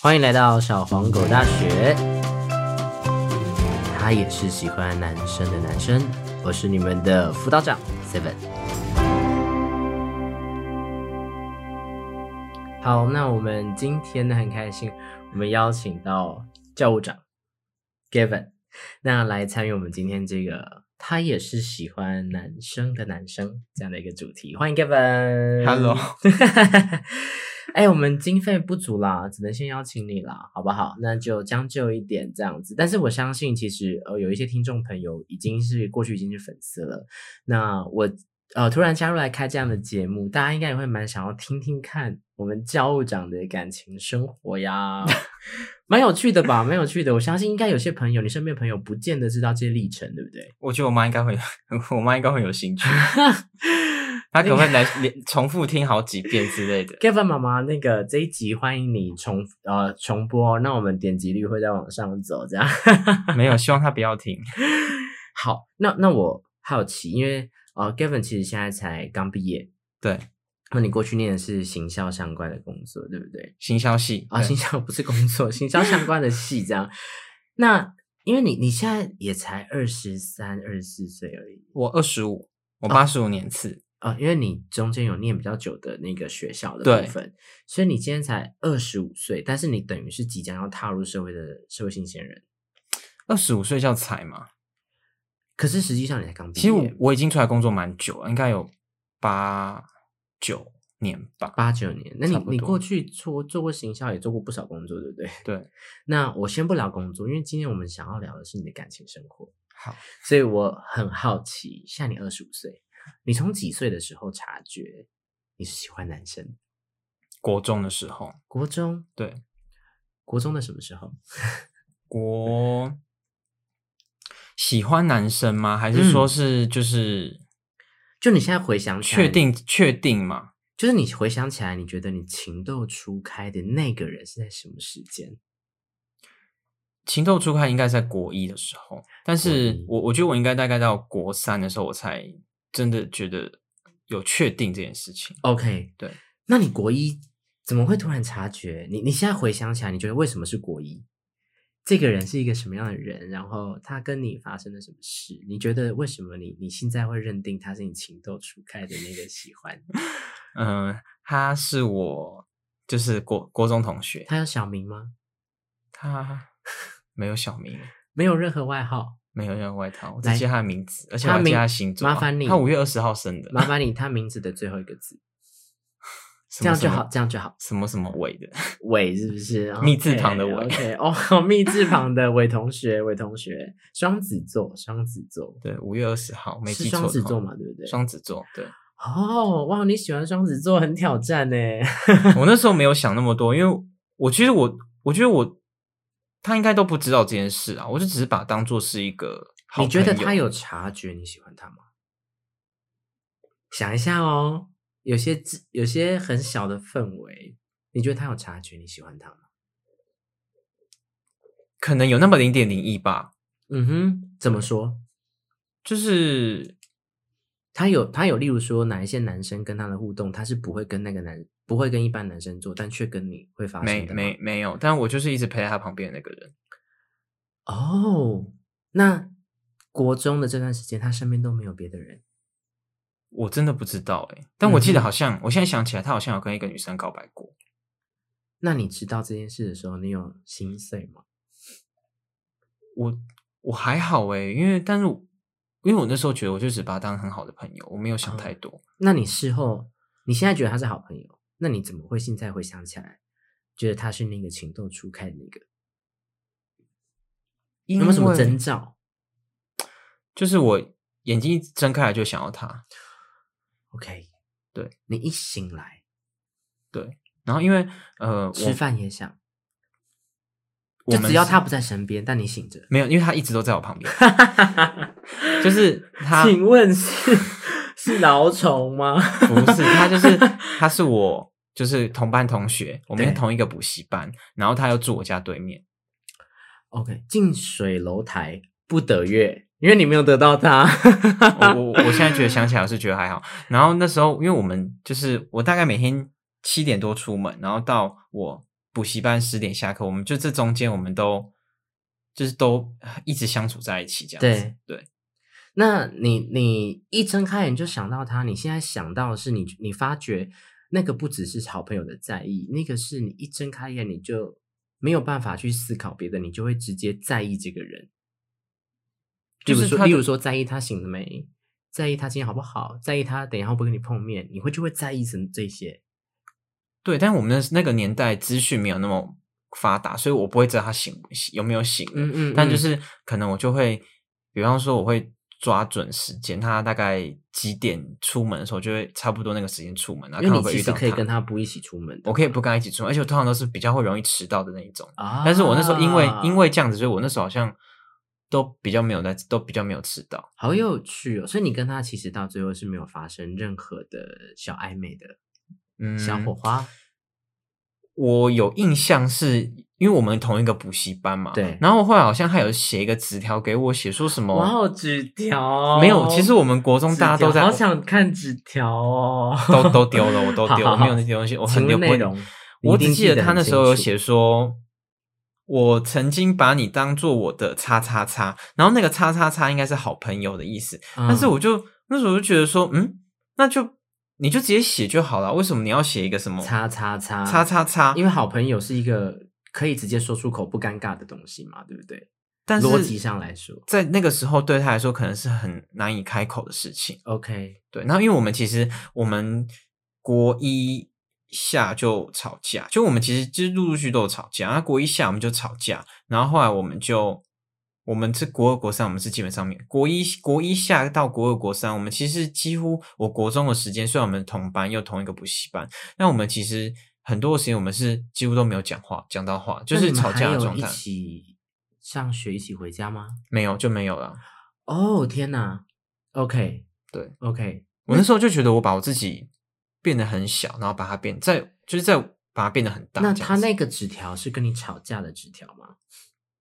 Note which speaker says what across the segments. Speaker 1: 欢迎来到小黄狗大学。嗯他也是喜欢男生的男生，我是你们的辅导长 Seven。好，那我们今天呢很开心，我们邀请到教务长 Gavin，那来参与我们今天这个他也是喜欢男生的男生这样的一个主题。欢迎 Gavin。
Speaker 2: Hello
Speaker 1: 哎、我们经费不足啦，只能先邀请你啦，好不好？那就将就一点这样子。但是我相信，其实呃，有一些听众朋友已经是过去已经是粉丝了。那我呃突然加入来开这样的节目，大家应该也会蛮想要听听看我们教务长的感情生活呀，蛮有趣的吧？蛮有趣的。我相信应该有些朋友，你身边朋友不见得知道这些历程，对不对？
Speaker 2: 我觉得我妈应该会有， 我妈应该会有兴趣，她可 能会来连重复听好几遍之类的。
Speaker 1: Kevin 妈妈，那个这一集欢迎你重呃重播，那我们点击率会再往上走，这样。
Speaker 2: 没有，希望她不要听。
Speaker 1: 好，那那我好奇，因为呃，Gavin 其实现在才刚毕业，
Speaker 2: 对，
Speaker 1: 那你过去念的是行销相关的工作，对不对？
Speaker 2: 行销系
Speaker 1: 啊，
Speaker 2: 对
Speaker 1: 行销不是工作，行销相关的系这样。那因为你你现在也才二十三、二十四岁而已
Speaker 2: 我二十五，我八十五年次，
Speaker 1: 啊、因为你中间有念比较久的那个学校的
Speaker 2: 对
Speaker 1: 部分，所以你今天才二十五岁，但是你等于是即将要踏入社会的社会新鲜人。
Speaker 2: 二十五岁叫才嘛。
Speaker 1: 可是实际上你才刚毕
Speaker 2: 其
Speaker 1: 业，
Speaker 2: 实我我已经出来工作蛮久了，应该有八九年吧。
Speaker 1: 八九年，那你
Speaker 2: 差不
Speaker 1: 你
Speaker 2: 多
Speaker 1: 过去做做过行销，也做过不少工作，对不 对？
Speaker 2: 对，
Speaker 1: 那我先不聊工作，因为今天我们想要聊的是你的感情生活，
Speaker 2: 好，
Speaker 1: 所以我很好奇，现在你二十五岁，你从几岁的时候察觉你是喜欢男生？
Speaker 2: 国中的时候，
Speaker 1: 国中？
Speaker 2: 对，
Speaker 1: 国中的什么时候？
Speaker 2: 国喜欢男生吗？还是
Speaker 1: 嗯
Speaker 2: 说是就是
Speaker 1: 就你现在回想起来，
Speaker 2: 确，定确定嘛？
Speaker 1: 就是你回想起来，你觉得你情窦初开的那个人是在什么时间？
Speaker 2: 情窦初开应该在国一的时候，但
Speaker 1: 国
Speaker 2: 是
Speaker 1: 一
Speaker 2: 我我觉得我应该大概到国三的时候，我才真的觉得有确定这件事情。
Speaker 1: OK，
Speaker 2: 对。
Speaker 1: 那你国一怎么会突然察觉？你你现在回想起来，你觉得为什么是国一？这个人是一个什么样的人？然后他跟你发生了什么事？你觉得为什么你你现在会认定他是你情窦初开的那个喜欢？
Speaker 2: 嗯、他是我就是国国中同学，
Speaker 1: 他有小名吗？
Speaker 2: 他没有小名，
Speaker 1: 没有任何外号。
Speaker 2: 没有任何外套，我只
Speaker 1: 来
Speaker 2: 记得他的名字，而且
Speaker 1: 他
Speaker 2: 我还记
Speaker 1: 名
Speaker 2: 得他的星座啊。
Speaker 1: 麻烦你
Speaker 2: 他五月二十号生的，
Speaker 1: 麻烦你，他名字的最后一个字，这
Speaker 2: 什么
Speaker 1: 样就
Speaker 2: 什么
Speaker 1: 好，这样就好。
Speaker 2: 什么什么伟的，
Speaker 1: 伟是不是？
Speaker 2: 密字旁的伟
Speaker 1: OK，哦，密字旁的伟同学，伟同学，双子座，双子座，
Speaker 2: 对，五月二十号，没
Speaker 1: 是
Speaker 2: 记错的
Speaker 1: 双
Speaker 2: 哦话。
Speaker 1: 子座嘛，对不对？
Speaker 2: 双子座，对
Speaker 1: 哦，哇，你喜欢双子座很挑战呢。欸
Speaker 2: 我那时候没有想那么多，因为我其实我我觉得我他应该都不知道这件事啊，我就只是把它当做是一个好
Speaker 1: 你觉得
Speaker 2: 朋友
Speaker 1: 他有察觉你喜欢他吗？想一下哦，有些字有些很小的氛围，你觉得他有察觉你喜欢他吗？
Speaker 2: 可能有那么零点零一吧，
Speaker 1: 嗯哼，怎么说？
Speaker 2: 就是
Speaker 1: 他有他有，例如说哪一些男生跟他的互动，他是不会跟那个男不会跟一般男生做，但却跟你会发
Speaker 2: 没
Speaker 1: 生的吗
Speaker 2: 没没有，但我就是一直陪在他旁边的那个人，
Speaker 1: 哦。那国中的这段时间，他身边都没有别的人。
Speaker 2: 我真的不知道哎、但我记得
Speaker 1: 嗯哼
Speaker 2: 好像、我现在想起来，他好像有跟一个女生告白过，
Speaker 1: 那你知道这件事的时候，你有心碎吗？
Speaker 2: 我我还好哎、因为但是我因为我那时候觉得我就只把他当很好的朋友，我没有想太
Speaker 1: 嗯
Speaker 2: 多，
Speaker 1: 那你事后，你现在觉得他是好朋友，那你怎么会现在回想起来，觉得他是那个情窦初开的那个？有
Speaker 2: 因
Speaker 1: 没有什么
Speaker 2: 为
Speaker 1: 征兆
Speaker 2: 就是我眼睛一睁开来就想要他。
Speaker 1: ？OK，
Speaker 2: 对
Speaker 1: 你一醒来，
Speaker 2: 然后因为呃，
Speaker 1: 吃
Speaker 2: 我
Speaker 1: 饭也想，
Speaker 2: 我
Speaker 1: 就
Speaker 2: 们
Speaker 1: 只要
Speaker 2: 是。
Speaker 1: 他不在身边，但你醒着
Speaker 2: 没有，因为他一直都在我旁边，就是 他
Speaker 1: 请问是是老虫吗？
Speaker 2: 不是他就是他是我就是同班同学，我们
Speaker 1: 对
Speaker 2: 是同一个补习班，然后他又住我家对面，
Speaker 1: OK，近水楼台不得月，因为你没有得到他。 啊
Speaker 2: 我我我现在觉得想起来我是觉得还好。然后那时候因为我们就是我大概每天七点多出门，然后到我补习班十点下课，我们就这中间我们都就是都一直相处在一起这样子。对对，
Speaker 1: 那你你一睁开眼就想到他，你现在想到的是你你发觉那个不只是好朋友的在意，那个是你一睁开眼你就没有办法去思考别的，你就会直接在意这个人。
Speaker 2: 就
Speaker 1: 例
Speaker 2: 是
Speaker 1: 如说，
Speaker 2: 他
Speaker 1: 例
Speaker 2: 的
Speaker 1: 如说在意他醒了没，在意他今天好不好，在意他等一下会不会跟你碰面，你会就会在意成这些。
Speaker 2: 对，但我们那那个年代资讯没有那么发达，所以我不会知道他醒不醒有没有醒。
Speaker 1: 嗯嗯
Speaker 2: 但就
Speaker 1: 嗯
Speaker 2: 是可能我就会，比方说我会抓准时间，他大概几点出门的时候，就会差不多那个时间出门，然后
Speaker 1: 因
Speaker 2: 看
Speaker 1: 为你
Speaker 2: 会不会
Speaker 1: 其
Speaker 2: 啊遇
Speaker 1: 实
Speaker 2: 到
Speaker 1: 可以跟他不一起出门的
Speaker 2: 我可以不跟他一起出门，而且我通常都是比较会容易迟到的那一种。
Speaker 1: 啊。
Speaker 2: 但是我那时候因为因为这样子，所以我那时候好像都比较没有在，都比较没有迟到。
Speaker 1: 好有趣哦，所以你跟他其实到最后是没有发生任何的小暧昧的
Speaker 2: 嗯，
Speaker 1: 小火花。
Speaker 2: 我有印象是因为我们同一个补习班嘛，
Speaker 1: 对
Speaker 2: 然后后来好像还有写一个纸条给我，写说什么
Speaker 1: 哇哦，纸条
Speaker 2: 没有，其实我们国中
Speaker 1: 纸
Speaker 2: 大家
Speaker 1: 条
Speaker 2: 都在，
Speaker 1: 好想看纸条哦，
Speaker 2: 都都丢了，我都丢，
Speaker 1: 好好
Speaker 2: 我没有
Speaker 1: 好
Speaker 2: 那些东西，我
Speaker 1: 请
Speaker 2: 很丢
Speaker 1: 问内
Speaker 2: 不会
Speaker 1: 容，你
Speaker 2: 我
Speaker 1: 一
Speaker 2: 只
Speaker 1: 定
Speaker 2: 记得
Speaker 1: 得
Speaker 2: 他
Speaker 1: 很
Speaker 2: 那
Speaker 1: 清
Speaker 2: 时候有
Speaker 1: 楚
Speaker 2: 写说，我曾经把你当做我的叉叉叉，然后那个叉叉叉应该是好朋友的意思，但是
Speaker 1: 嗯
Speaker 2: 我就那时候就觉得说，嗯，那就你就直接写就好了，为什么你要写一个什么
Speaker 1: 叉叉叉
Speaker 2: 叉叉叉？
Speaker 1: 因为好朋友是一个可以直接说出口不尴尬的东西嘛，对不对？
Speaker 2: 但是
Speaker 1: 逻辑上来说
Speaker 2: 在那个时候对他来说可能是很难以开口的事情。
Speaker 1: ，OK，
Speaker 2: 对，然后因为我们其实我们国一下就吵架，就我们其实就是陆陆续续都有吵架。那国一下我们就吵架，然后后来我们就我们是国二国三，我们是基本上面国一国一下到国二国三，我们其实几乎我国中的时间，虽然我们同班又同一个补习班，那我们其实很多的时间我们是几乎都没有讲话讲到话，就
Speaker 1: 那
Speaker 2: 是
Speaker 1: 你们
Speaker 2: 吵
Speaker 1: 还
Speaker 2: 架的
Speaker 1: 有
Speaker 2: 状
Speaker 1: 一
Speaker 2: 态，
Speaker 1: 起上学，一起回家吗？
Speaker 2: 没有就没有了。
Speaker 1: 哦，天哪，OK，
Speaker 2: 对
Speaker 1: ，OK，
Speaker 2: 我那时候就觉得我把我自己变得很小，然后把它变在就是在把它变得很大这
Speaker 1: 那
Speaker 2: 样子。
Speaker 1: 他那个纸条是跟你吵架的纸条吗？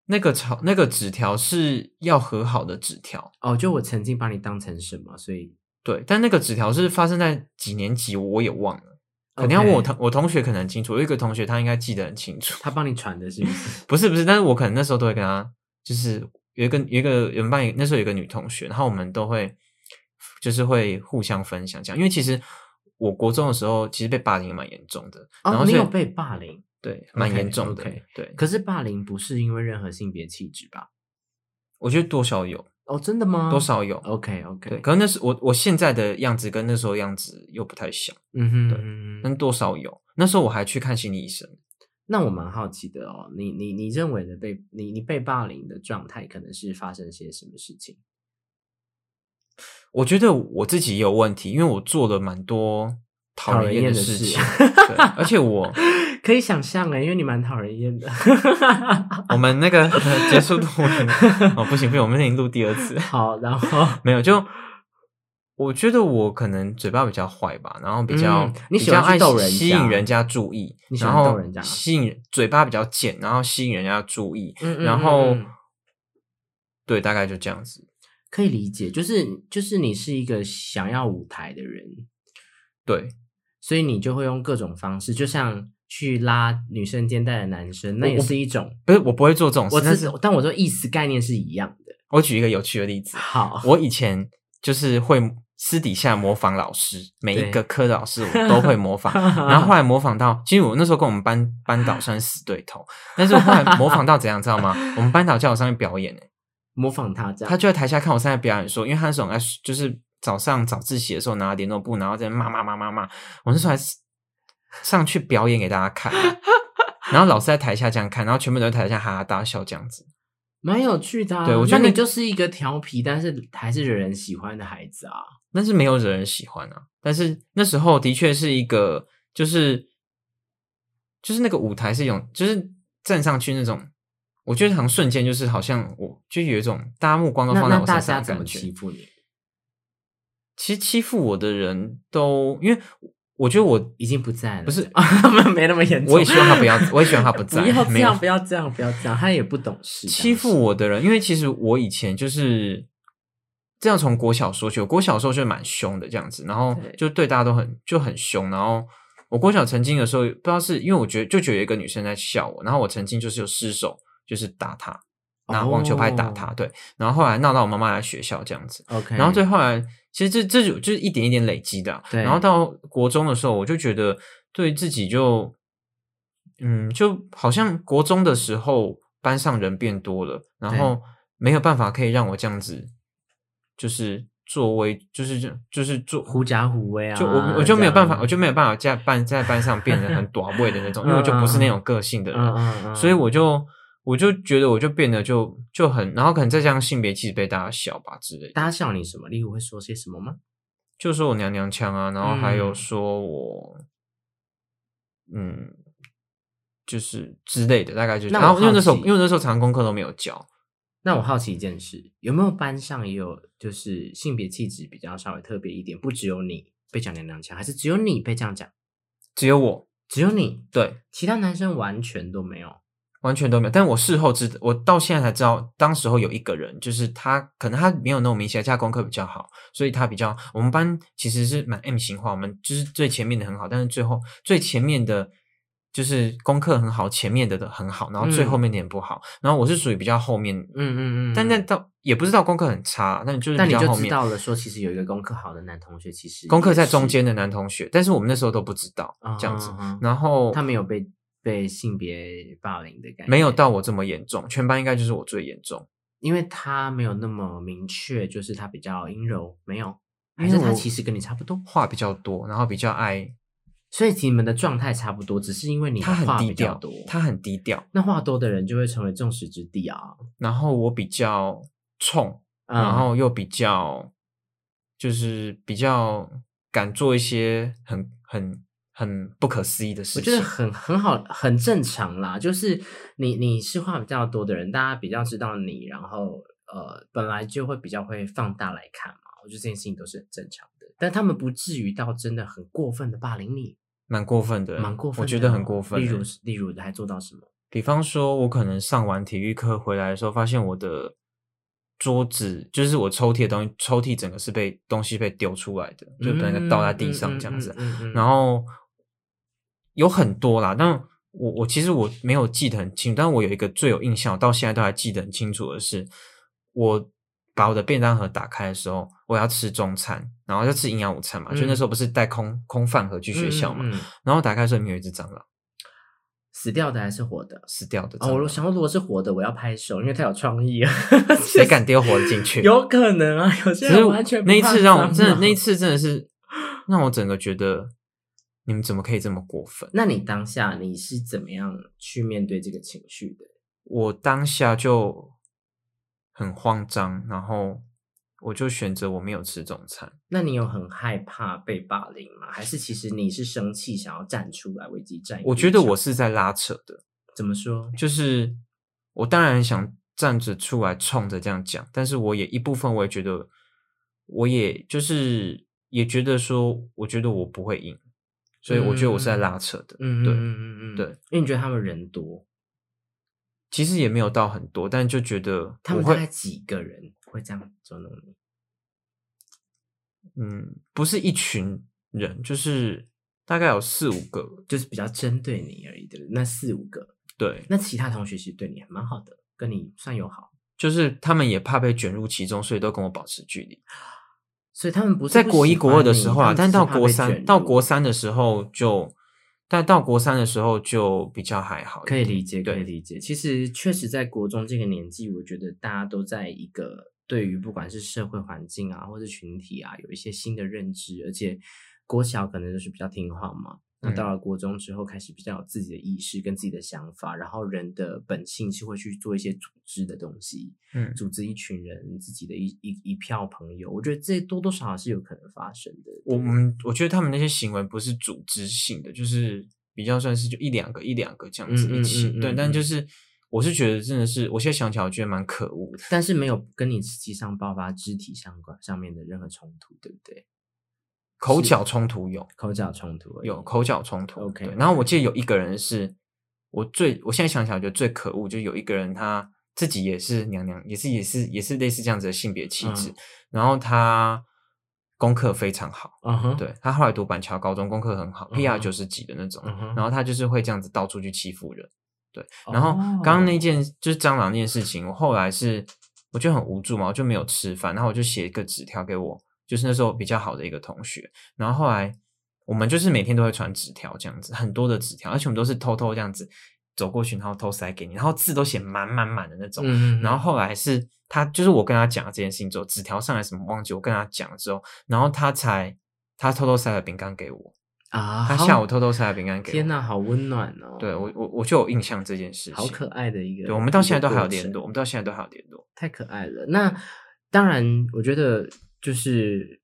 Speaker 2: 那个吵那个纸条是要和好的纸条，
Speaker 1: 哦，就我曾经把你当成什么，所以
Speaker 2: 对，但那个纸条是发生在几年级我也忘了，可能要
Speaker 1: OK
Speaker 2: 问我同我同学可能很清楚，我有一个同学他应该记得很清楚，
Speaker 1: 他帮你传的是不是？
Speaker 2: 不是不是，但是我可能那时候都会跟他，就是有一个有一个有人班有那时候有一个女同学，然后我们都会就是会互相分享这样，因为其实我国中的时候其实被霸凌也蛮严重的，然
Speaker 1: 哦，
Speaker 2: 后
Speaker 1: 你
Speaker 2: 所以
Speaker 1: 有被霸凌，
Speaker 2: 对蛮严重的
Speaker 1: OK，OK
Speaker 2: 对，
Speaker 1: 可是霸凌不是因为任何性别气质吧？
Speaker 2: 我觉得多少有
Speaker 1: 哦，真的吗？
Speaker 2: 多少有。
Speaker 1: ？OK OK，
Speaker 2: 对，可能那是我我现在的样子跟那时候样子又不太像，
Speaker 1: 嗯哼，
Speaker 2: 对
Speaker 1: 嗯哼
Speaker 2: 但多少有。那时候我还去看心理医生，
Speaker 1: 那我蛮好奇的哦，你你你认为的被你你被霸凌的状态，可能是发生些什么事情？
Speaker 2: 我觉得我自己也有问题，因为我做了蛮多讨人厌的事情，
Speaker 1: 讨人厌的事
Speaker 2: 对，而且我
Speaker 1: 可以想象哎，因为你蛮讨人厌的。
Speaker 2: 我们那个 结束录音哦，不行不行，我们已经录第二次，
Speaker 1: 好，然后
Speaker 2: 没有就。我觉得我可能嘴巴比较坏吧，然后比较、
Speaker 1: 嗯你
Speaker 2: 比
Speaker 1: 喜
Speaker 2: 较
Speaker 1: 欢
Speaker 2: 爱
Speaker 1: 去逗人
Speaker 2: 吸
Speaker 1: 家
Speaker 2: 引人家注意，
Speaker 1: 你喜
Speaker 2: 然
Speaker 1: 欢逗
Speaker 2: 后
Speaker 1: 人家
Speaker 2: 吸引人嘴巴比较贱，然后吸引人家注意，
Speaker 1: 嗯嗯
Speaker 2: 然后、
Speaker 1: 嗯嗯
Speaker 2: 对，大概就这样子。
Speaker 1: 可以理解，就是就是你是一个想要舞台的人，
Speaker 2: 对，
Speaker 1: 所以你就会用各种方式，就像去拉女生肩带的男生，那也
Speaker 2: 我
Speaker 1: 是一种。
Speaker 2: 不是我不会做这种事，
Speaker 1: 我
Speaker 2: 但
Speaker 1: 知
Speaker 2: 是
Speaker 1: 道，但我说意思概念是一样的。
Speaker 2: 我举一个有趣的例子，
Speaker 1: 好，
Speaker 2: 我以前就是会私底下模仿老师，每一个科的老师我都会 模仿，然后后来模仿到，其实我那时候跟我们班班导算是死对头，但是我后来模仿到怎样，知道吗？我们班导叫我上去表演、欸，
Speaker 1: 模仿他这样，
Speaker 2: 他就在台下看我上台表演说，因为他那时候很爱就是早上早自习的时候拿联络簿，然后在那骂骂骂骂骂，我那时候还上去表演给大家看。然后老师在台下这样看，然后全部都在台下哈哈大笑这样子。
Speaker 1: 蛮有趣的、啊。
Speaker 2: 对我觉得
Speaker 1: 那
Speaker 2: 那
Speaker 1: 你就是一个调皮，但是还是惹人喜欢的孩子啊。
Speaker 2: 但是没有惹人喜欢啊。但是那时候的确是一个，就是就是那个舞台是一种，就是站上去那种，我觉得好像瞬间就是好像我就有一种大家目光都
Speaker 1: 那
Speaker 2: 放在
Speaker 1: 那
Speaker 2: 我
Speaker 1: 大
Speaker 2: 身
Speaker 1: 家
Speaker 2: 上的
Speaker 1: 怎么
Speaker 2: 感觉
Speaker 1: 欺。负你？
Speaker 2: 其实欺负我的人都，因为我觉得我
Speaker 1: 已经不在了，
Speaker 2: 不是
Speaker 1: 这样 没那么严重。
Speaker 2: 我也希望他 不要，我也希望他不
Speaker 1: 不
Speaker 2: 在，
Speaker 1: 要这
Speaker 2: 没有
Speaker 1: 样，不要这样，不要这样，他也不懂事。
Speaker 2: 欺负我的人，因为其实我以前就是这样，从国小说起，我国小的时候就蛮凶的这样子，然后
Speaker 1: 对
Speaker 2: 就对大家都很就很凶，然后我国小曾经的时候，不知道是因为我觉得就觉得有一个女生在笑我，然后我曾经就是有失手，就是打她，拿网球拍打她，
Speaker 1: 哦
Speaker 2: 对，然后后来闹到我妈妈来学校这样子，
Speaker 1: OK，
Speaker 2: 然后最后来，其实这这就就是一点一点累积的啊、
Speaker 1: 对
Speaker 2: 然后到国中的时候，我就觉得对自己就，嗯，就好像国中的时候班上人变多了，然
Speaker 1: 对
Speaker 2: 后没有办法可以让我这样子，就是作为，就是这就是做
Speaker 1: 狐假虎威啊，
Speaker 2: 就我我就没有办法，
Speaker 1: 这样
Speaker 2: 我就没有办法在班在班上变得很短位 的那种，因为我就不是那种个性的人，
Speaker 1: 嗯嗯嗯，
Speaker 2: 所以我就。我就觉得我就变得就就很，然后可能再加上性别气质被大家笑吧之类的。
Speaker 1: 大家笑你什么？例如会说些什么吗？
Speaker 2: 就说我娘娘腔啊，然后还有
Speaker 1: 嗯
Speaker 2: 说我，嗯就是之类的，大概就是。
Speaker 1: 那
Speaker 2: 然
Speaker 1: 我
Speaker 2: 后因为
Speaker 1: 好
Speaker 2: 那时候，
Speaker 1: 奇
Speaker 2: 因为那时候常功课都没有教，
Speaker 1: 那我好奇一件事，有没有班上也有就是性别气质比较稍微特别一点，不只有你被讲娘娘腔，还是只有你被这样讲？
Speaker 2: 只有我
Speaker 1: 只有你，
Speaker 2: 对
Speaker 1: 其他男生完全都没有。
Speaker 2: 完全都没有。但我事后知，我到现在才知道，当时候有一个人，就是他可能他没有那么明显，他功课比较好，所以他比较我们班其实是蛮 M 型化，我们就是最前面的很好，但是最后最前面的。就是功课很好，前面的的很好，然后最
Speaker 1: 嗯
Speaker 2: 后面的也不好。然后我是属于比较后面
Speaker 1: 嗯嗯嗯，
Speaker 2: 但那到也不是到功课很差，那你就是
Speaker 1: 但
Speaker 2: 比
Speaker 1: 你
Speaker 2: 较
Speaker 1: 就
Speaker 2: 后
Speaker 1: 知
Speaker 2: 面
Speaker 1: 道了，说其实有一个功课好的男同学，其实
Speaker 2: 功课
Speaker 1: 也
Speaker 2: 在中
Speaker 1: 是
Speaker 2: 间的男同学，但是我们那时候都不知道这样子。，
Speaker 1: 嗯嗯嗯
Speaker 2: 然后
Speaker 1: 他没有被被性别霸凌的感觉，
Speaker 2: 没有，到我这么严重，全班应该就是我最严重。
Speaker 1: 因为他没有那么明确，就是他比较阴柔，没有，还
Speaker 2: 因
Speaker 1: 是
Speaker 2: 为
Speaker 1: 他
Speaker 2: 我
Speaker 1: 其实跟你差不多，
Speaker 2: 话比较多，然后比较爱
Speaker 1: 所以其实你们的状态差不多，只是因为你的
Speaker 2: 他很
Speaker 1: 话
Speaker 2: 低
Speaker 1: 比较
Speaker 2: 调
Speaker 1: 多，，
Speaker 2: 他很低调，
Speaker 1: 那话多的人就会成为众矢之的啊，
Speaker 2: 然后我比较冲，
Speaker 1: 嗯
Speaker 2: 然后又比较就是比较敢做一些很很很不可思议的事
Speaker 1: 我
Speaker 2: 情。
Speaker 1: 觉得很很好，很正常啦。就是你你是话比较多的人，大家比较知道你，然后呃，本来就会比较会放大来看嘛。我觉得这件事情都是很正常的，但他们不至于到真的很过分的霸凌你，
Speaker 2: 蛮过分的，
Speaker 1: 蛮过分的哦、
Speaker 2: 我觉得很过分。欸
Speaker 1: 例如是，例如还做到什么？
Speaker 2: 比方说，我可能上完体育课回来的时候，发现我的桌子，就是我抽屉的东西，抽屉整个是被东西被丢出来的，就整个倒在地上这样子。
Speaker 1: 嗯嗯。嗯嗯嗯嗯
Speaker 2: 然后有很多啦，但我我其实我没有记得很清，但我有一个最有印象，我到现在都还记得很清楚的是，我把我的便当盒打开的时候，我要吃中餐，然后要吃营养午餐嘛，就那
Speaker 1: 嗯
Speaker 2: 时候不是带空空饭盒去学校嘛，
Speaker 1: 嗯嗯嗯
Speaker 2: 然后打开的时候里面有一只蟑螂，
Speaker 1: 死掉的还是活的？
Speaker 2: 死掉的蟑
Speaker 1: 哦，
Speaker 2: 螂。
Speaker 1: 我想说如果是活的，我要拍手，因为太有创意了。
Speaker 2: 谁敢丢活的进去？
Speaker 1: 有可能啊，有些
Speaker 2: 只是
Speaker 1: 人
Speaker 2: 我
Speaker 1: 完全不
Speaker 2: 那一
Speaker 1: 怕啊
Speaker 2: 次让我
Speaker 1: 蟑
Speaker 2: 真的
Speaker 1: 螂
Speaker 2: 那一次真的是让我整个觉得你们怎么可以这么过分？
Speaker 1: 那你当下你是怎么样去面对这个情绪的？
Speaker 2: 我当下就很慌张，然后我就选择我没有吃中餐。
Speaker 1: 那你有很害怕被霸凌吗？还是其实你是生气，想要站出来为自己站一步
Speaker 2: 我觉得
Speaker 1: 讲
Speaker 2: 我是在拉扯的，
Speaker 1: 怎么说？
Speaker 2: 就是我当然想站着出来冲着这样讲，但是我也一部分我也觉得，我也就是也觉得说，我觉得我不会赢，所以我觉得我是在
Speaker 1: 嗯
Speaker 2: 拉扯的。
Speaker 1: 嗯，
Speaker 2: 对
Speaker 1: 嗯嗯嗯嗯，
Speaker 2: 对
Speaker 1: 因为你觉得他们人多，
Speaker 2: 其实也没有到很多，但就觉得
Speaker 1: 他
Speaker 2: 我
Speaker 1: 们大
Speaker 2: 会
Speaker 1: 概几个人会这样捉弄你？
Speaker 2: 嗯，不是一群人，就是大概有四五个，
Speaker 1: 就是比较针对你而已的那四五个，
Speaker 2: 对，
Speaker 1: 那其他同学其实对你还蛮好的，跟你算友好，
Speaker 2: 就是他们也怕被卷入其中，所以都跟我保持距离。
Speaker 1: 所以他们不是
Speaker 2: 在
Speaker 1: 不
Speaker 2: 国一、
Speaker 1: 喜欢
Speaker 2: 国二的
Speaker 1: 你
Speaker 2: 时候
Speaker 1: 他
Speaker 2: 啊，
Speaker 1: 们
Speaker 2: 但
Speaker 1: 只是
Speaker 2: 到
Speaker 1: 怕被
Speaker 2: 国
Speaker 1: 卷
Speaker 2: 三到
Speaker 1: 入
Speaker 2: 国三的时候就，但到国三的时候就比较还好，
Speaker 1: 可以理解，可以
Speaker 2: 对
Speaker 1: 理解。其实确实，在国中这个年纪，我觉得大家都在一个对于不管是社会环境啊，或是群体啊，有一些新的认知。而且国小可能就是比较听话嘛，那
Speaker 2: 嗯
Speaker 1: 到了国中之后，开始比较有自己的意识跟自己的想法，然后人的本性是会去做一些组织的东西，
Speaker 2: 嗯，
Speaker 1: 组织一群人自己的一一一票朋友。我觉得这多多少少是有可能发生的。
Speaker 2: 我
Speaker 1: 对
Speaker 2: 们我觉得他们那些行为不是组织性的，就是比较算是就一两个一两个这样子
Speaker 1: 嗯嗯
Speaker 2: 一起，
Speaker 1: 嗯嗯
Speaker 2: 对，
Speaker 1: 嗯
Speaker 2: 但就是我是觉得真的是，我现在想起来我觉得蛮可恶的，
Speaker 1: 但是没有跟你实际上爆发肢体相关上面的任何冲突，对不对？
Speaker 2: 口
Speaker 1: 是
Speaker 2: 角冲突有，
Speaker 1: 口角冲突而已
Speaker 2: 有口角冲突。
Speaker 1: OK，嗯
Speaker 2: 对然后我记得有一个人是我最，我现在想起来我觉得最可恶，就是有一个人他自己也是娘娘，也是也是也是类似这样子的性别气质，
Speaker 1: 嗯
Speaker 2: 然后他功课非常好，
Speaker 1: 嗯哼，，
Speaker 2: 对他后来读板桥高中，功课很好
Speaker 1: 嗯哼
Speaker 2: ，PR 九十几的那种，
Speaker 1: 嗯哼
Speaker 2: 然后他就是会这样子到处去欺负人。然
Speaker 1: 哦
Speaker 2: 后刚刚那件就是蟑螂那件事情，我后来是我就很无助嘛，我就没有吃饭，然后我就写一个纸条给我，就是那时候比较好的一个同学，然后后来我们就是每天都会传纸条这样子，很多的纸条，而且我们都是偷偷这样子走过去，然后偷塞给你，然后字都写满满满的那种，
Speaker 1: 嗯，
Speaker 2: 然后后来是他，就是我跟他讲了这件事情之后，纸条上来什么忘记，我跟他讲了之后，然后他才他偷偷塞了饼干给我，
Speaker 1: 啊，
Speaker 2: 他
Speaker 1: 好
Speaker 2: 下午偷偷塞了饼干给我。
Speaker 1: 天哪，好温暖哦，
Speaker 2: 对我我我就有印象这件事情，
Speaker 1: 好可爱的一个，
Speaker 2: 对，我们到现在都还有
Speaker 1: 一个过
Speaker 2: 联
Speaker 1: 程
Speaker 2: 络，我们到现在都还有联络。
Speaker 1: 太可爱了。那当然，我觉得就是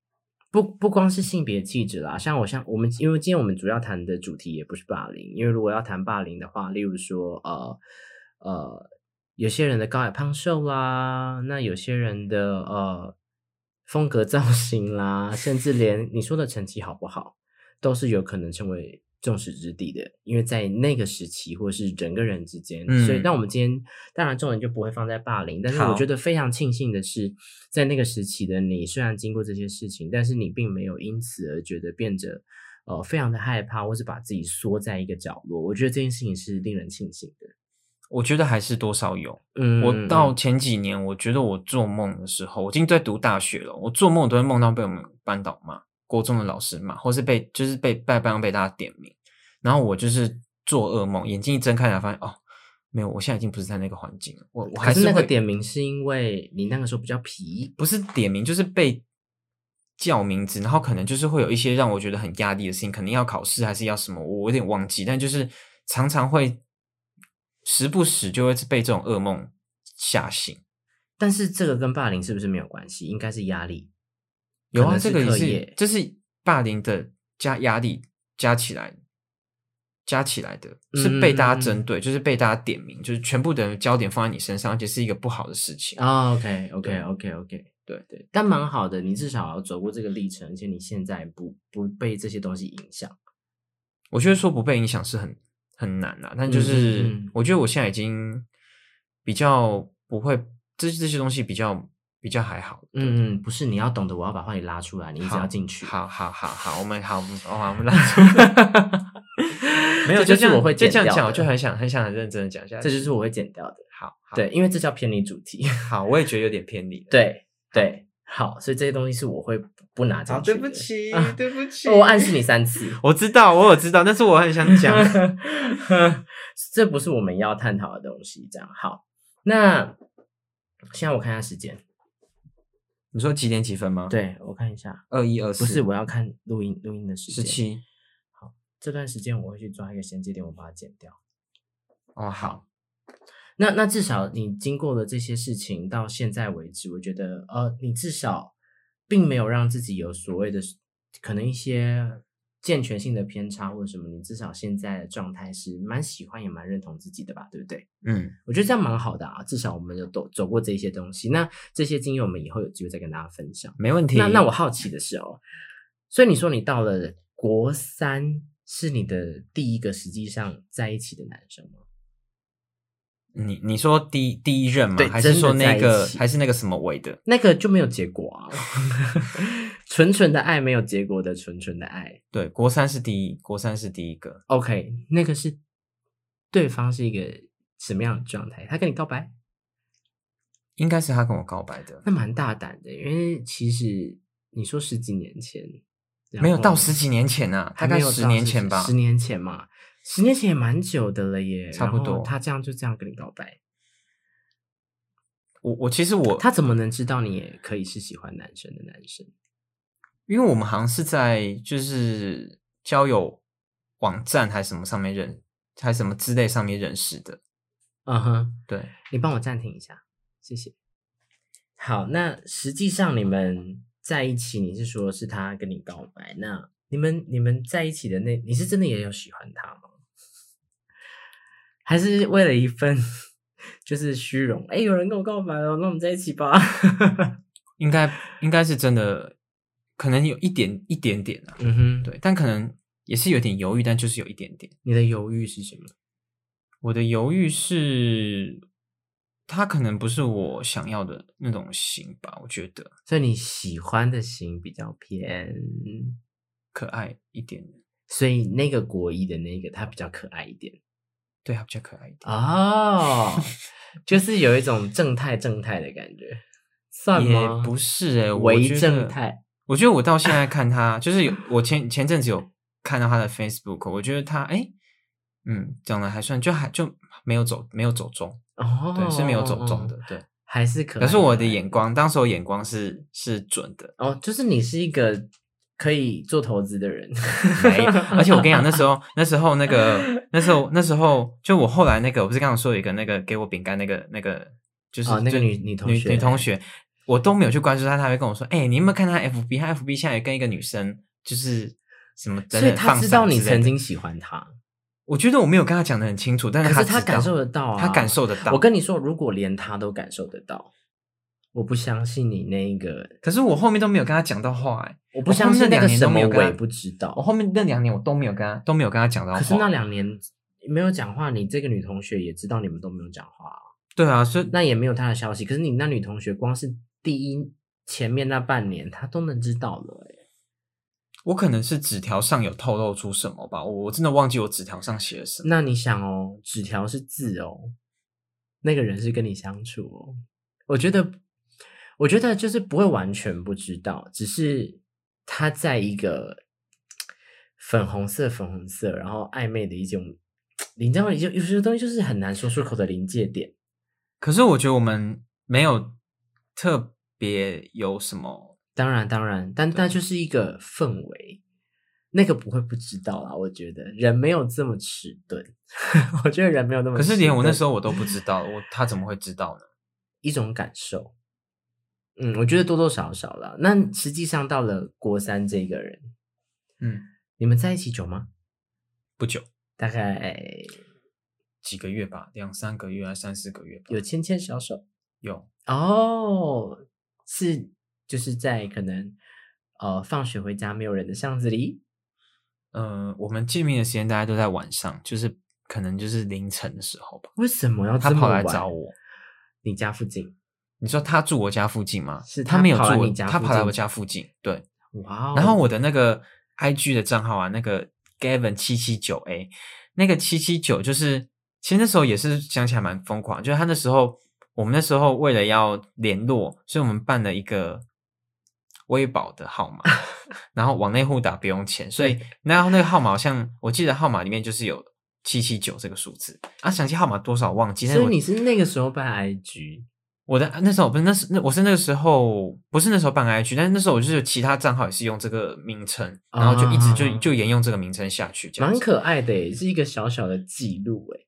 Speaker 1: 不不光是性别气质啦，像我像我们，因为今天我们主要谈的主题也不是霸凌，因为如果要谈霸凌的话，例如说呃呃，有些人的高矮胖瘦啦，那有些人的呃风格造型啦，甚至连你说的成绩好不好，都是有可能成为众矢之的的，因为在那个时期或是人跟人之间，
Speaker 2: 嗯
Speaker 1: 所以那我们今天当然重点就不会放在霸凌，但是我
Speaker 2: 好
Speaker 1: 觉得非常庆幸的是，在那个时期的你，虽然经过这些事情，但是你并没有因此而觉得变得呃非常的害怕，或是把自己缩在一个角落。我觉得这件事情是令人庆幸的。
Speaker 2: 我觉得还是多少有。
Speaker 1: 嗯
Speaker 2: 我到前几年，我觉得我做梦的时候，我已经在读大学了，我做梦都会梦到被我们班导骂，国中的老师骂，或是被就是被被班上被大家点名，然后我就是做噩梦，眼睛一睁开来发现哦，没有，我现在已经不是在那个环境了，我我
Speaker 1: 可
Speaker 2: 还
Speaker 1: 是那
Speaker 2: 会
Speaker 1: 个点名是因为你那个时候比较皮，
Speaker 2: 不是点名，就是被叫名字，然后可能就是会有一些让我觉得很压力的事情，可能要考试还是要什么，我有点忘记，但就是常常会时不时就会被这种噩梦吓醒。
Speaker 1: 但是这个跟霸凌是不是没有关系？应该是压力。
Speaker 2: 有
Speaker 1: 可
Speaker 2: 啊，
Speaker 1: 能
Speaker 2: 这个也
Speaker 1: 课
Speaker 2: 是
Speaker 1: 业，
Speaker 2: 这是霸凌的加压力加起来加起来的，
Speaker 1: 嗯
Speaker 2: 是被大家针对，就是被大家点名，就是全部的焦点放在你身上，而且是一个不好的事情。
Speaker 1: 啊、o k OK OK OK，
Speaker 2: 对
Speaker 1: 对，但蛮好的，你至少走过这个历程，而且你现在不不被这些东西影响。
Speaker 2: 我觉得说不被影响是很很难啦，但就
Speaker 1: 嗯
Speaker 2: 是、
Speaker 1: 嗯嗯
Speaker 2: 我觉得我现在已经比较不会这这些东西比较比较还好。
Speaker 1: 嗯嗯，不是，你要懂得我要把话题拉出来，你一直要进 去。
Speaker 2: 好好好 好，我们好，我们我们拉出。没有，
Speaker 1: 这就
Speaker 2: 就
Speaker 1: 是
Speaker 2: 这样
Speaker 1: 我会
Speaker 2: 就
Speaker 1: 剪
Speaker 2: 这样
Speaker 1: 掉
Speaker 2: 讲，
Speaker 1: 的
Speaker 2: 我就很想很想很认真的讲一下。
Speaker 1: 这就是我会剪掉的。
Speaker 2: 好，好
Speaker 1: 对，因为这叫偏离主题。
Speaker 2: 好，我也觉得有点偏离。，
Speaker 1: 对对，好，所以这些东西是我会不拿进
Speaker 2: 好，
Speaker 1: 去
Speaker 2: 对
Speaker 1: 的。
Speaker 2: 不起
Speaker 1: 啊，
Speaker 2: 对不 起，
Speaker 1: 我暗示你三次。
Speaker 2: 我知道，我有知道，但是我 很想讲。
Speaker 1: 这不是我们要探讨的东西。这样好，那现在我看一下时间，
Speaker 2: 你说几点几分吗？，
Speaker 1: 对我看一下，
Speaker 2: 二一二四，
Speaker 1: 不是，我要看录音录音的时
Speaker 2: 十
Speaker 1: 间。
Speaker 2: 七。
Speaker 1: 这段时间我会去抓一个衔接点，我把它剪掉。
Speaker 2: 哦，好，
Speaker 1: 那那至少你经过了这些事情到现在为止，我觉得呃，你至少并没有让自己有所谓的可能一些健全性的偏差或者什么，你至少现在的状态是蛮喜欢也蛮认同自己的吧，对不对？
Speaker 2: 嗯，
Speaker 1: 我觉得这样蛮好的啊，至少我们有走走过这些东西。那这些经验我们以后有机会再跟大家分享。
Speaker 2: 没问题。
Speaker 1: 那那我好奇的是哦，所以你说你到了国三是你的第一个实际上在一起的男生吗？
Speaker 2: 你你说第一第一任吗
Speaker 1: 对？
Speaker 2: 还是说
Speaker 1: 真的在
Speaker 2: 那
Speaker 1: 一
Speaker 2: 个
Speaker 1: 起
Speaker 2: 还是那个什么伟的？
Speaker 1: 那个就没有结果啊， 纯纯的爱没有结果的纯纯的爱。
Speaker 2: 对，国三是第一，国三是第一个。
Speaker 1: OK，那个是对方是一个什么样的状态？他跟你告白，
Speaker 2: 应该是他跟我告白的，
Speaker 1: 那蛮大胆的，因为其实你说十几年前，然
Speaker 2: 没有
Speaker 1: 后
Speaker 2: 到十几年前啊，大
Speaker 1: 还
Speaker 2: 概
Speaker 1: 没有
Speaker 2: 十
Speaker 1: 到
Speaker 2: 年
Speaker 1: 十
Speaker 2: 前吧。
Speaker 1: 十年前嘛，十年前也蛮久的了耶，
Speaker 2: 差不
Speaker 1: 然后
Speaker 2: 多
Speaker 1: 他这样就这样跟你告白，
Speaker 2: 我我其实我
Speaker 1: 他怎么能知道你也可以是喜欢男生的男生？
Speaker 2: 因为我们好像是在就是交友网站还是什么上面认，还是什么之类上面认识的。
Speaker 1: 嗯哼，
Speaker 2: 对，
Speaker 1: 你帮我暂停一下，谢谢。好，那实际上你们在一起，你是说是他跟你告白？那你们你们在一起的那，你是真的也有喜欢他吗？还是为了一份 就是虚荣？哎，有人跟我告白了，那我们在一起吧。
Speaker 2: 应该应该是真的，可能有一点一点点啊。
Speaker 1: 嗯哼，，
Speaker 2: 对，但可能也是有点犹豫，但就是有一点点。
Speaker 1: 你的犹豫是什么？
Speaker 2: 我的犹豫是，他可能不是我想要的那种型吧，我觉得
Speaker 1: 所以你喜欢的型比较偏，
Speaker 2: 可爱一点，
Speaker 1: 所以那个国一的那个他比较可爱一点
Speaker 2: 对他比较可爱一
Speaker 1: 啊
Speaker 2: 点，
Speaker 1: 哦，就是有一种正太正太的感觉，算
Speaker 2: 也
Speaker 1: 吗？
Speaker 2: 不是诶、欸，我
Speaker 1: 为
Speaker 2: 觉
Speaker 1: 正
Speaker 2: 得
Speaker 1: 太，
Speaker 2: 我觉得我到现在看他，就是有我前前阵子有看到他的 Facebook，我觉得他哎、嗯，长得还算，就还就没有走没有走中，
Speaker 1: 哦，
Speaker 2: 对，是没有走中的，对。
Speaker 1: 还是可爱。
Speaker 2: 可是我的
Speaker 1: 爱，
Speaker 2: 眼光，当时我眼光是是准的
Speaker 1: 哦，就是你是一个可以做投资的人，
Speaker 2: 没。而且我跟你讲，那时候那时候那个那时候那时候就我后来那个，我不是刚刚说有一个那个给我饼干那个那个，就是、
Speaker 1: 哦那个
Speaker 2: 就
Speaker 1: 女女同
Speaker 2: 女
Speaker 1: 学
Speaker 2: 女同学，我都没有去关注她，她会跟我说，哎、你有没有看她 FB？她 FB 现在跟一个女生就是什么等
Speaker 1: 所以
Speaker 2: 等
Speaker 1: 他
Speaker 2: 放
Speaker 1: 知道
Speaker 2: 闪
Speaker 1: 你
Speaker 2: 之类
Speaker 1: 曾
Speaker 2: 的
Speaker 1: 经喜欢他，
Speaker 2: 我觉得我没有跟他讲的很清楚，但
Speaker 1: 可是他
Speaker 2: 他知
Speaker 1: 感
Speaker 2: 道
Speaker 1: 受得到啊，
Speaker 2: 他感。受得到。
Speaker 1: 我跟你说，如果连他都感受得到，我不相信你那一个，
Speaker 2: 可是我后面都没有跟他讲到话、欸，
Speaker 1: 我不相信
Speaker 2: 我后面那
Speaker 1: 那
Speaker 2: 两
Speaker 1: 个
Speaker 2: 年
Speaker 1: 什
Speaker 2: 都
Speaker 1: 么
Speaker 2: 没有跟
Speaker 1: 我
Speaker 2: 他
Speaker 1: 也不知道
Speaker 2: 我。后面那两年我都没有跟他都没有跟他讲到话。
Speaker 1: 可是那两年没有讲话，你这个女同学也知道你们都没有讲话啊，
Speaker 2: 对啊，所以
Speaker 1: 那也没有她的消息。可是你那女同学光是第一前面那半年，她都能知道了、欸，
Speaker 2: 我可能是纸条上有透露出什么吧，我我真的忘记我纸条上写了什么。
Speaker 1: 那你想哦，纸条是字哦，那个人是跟你相处哦。我觉得，我觉得就是不会完全不知道，只是他在一个粉红色、粉红色，然后暧昧的一种，你知道吗，有有些东西就是很难说出口的临界点。
Speaker 2: 可是我觉得我们没有特别有什么，
Speaker 1: 当然，当然，但那就是一个氛围，那个不会不知道啦。我觉得人没有这么迟钝， 我觉得人没有那么
Speaker 2: 可
Speaker 1: 迟钝。
Speaker 2: 是连我那时候我都不知道，我他怎么会知道呢？
Speaker 1: 一种感受。嗯，我觉得多多少少啦。那实际上到了国三这个人，
Speaker 2: 嗯，
Speaker 1: 你们在一起久吗？
Speaker 2: 不久，
Speaker 1: 大概
Speaker 2: 几个月吧，两三个月还是三四个月吧。
Speaker 1: 有牵牵小手
Speaker 2: 有，
Speaker 1: 哦，是就是在可能呃放学回家没有人的巷子里
Speaker 2: 呃，我们见面的时间大家都在晚上，就是可能就是凌晨的时候吧。
Speaker 1: 为什么要
Speaker 2: 他
Speaker 1: 哦这么
Speaker 2: 跑来
Speaker 1: 晚
Speaker 2: 找我，
Speaker 1: 你家附近？
Speaker 2: 你说他住我家附近吗？
Speaker 1: 是
Speaker 2: 他
Speaker 1: 他
Speaker 2: 没有
Speaker 1: 跑来
Speaker 2: 住我，
Speaker 1: 你家
Speaker 2: 他
Speaker 1: 附
Speaker 2: 跑来
Speaker 1: 近
Speaker 2: 我家附近。对，
Speaker 1: 哇、哦！
Speaker 2: 然后我的那个 IG 的账号啊，那个 Gavin 七七九 A，那个七七九就是，其实那时候也是想起来蛮疯狂，就是他那时候，我们那时候为了要联络，所以我们办了一个微保的 号码，然后往内互打不用钱，所以然后那个号码好像我记得号码里面就是有七七九这个数字啊，详细号码多少忘记，但是
Speaker 1: 所以
Speaker 2: 我
Speaker 1: 你是那个时候办 IG
Speaker 2: 我的那时候不是那时那我是那个时候不是那时候办 IG，但是那时候我就是有其他账号也是用这个名称，
Speaker 1: 啊
Speaker 2: 然后就一直就就沿用这个名称下去，这样
Speaker 1: 蛮
Speaker 2: 子。
Speaker 1: 可爱的耶，是一个小小的记录诶。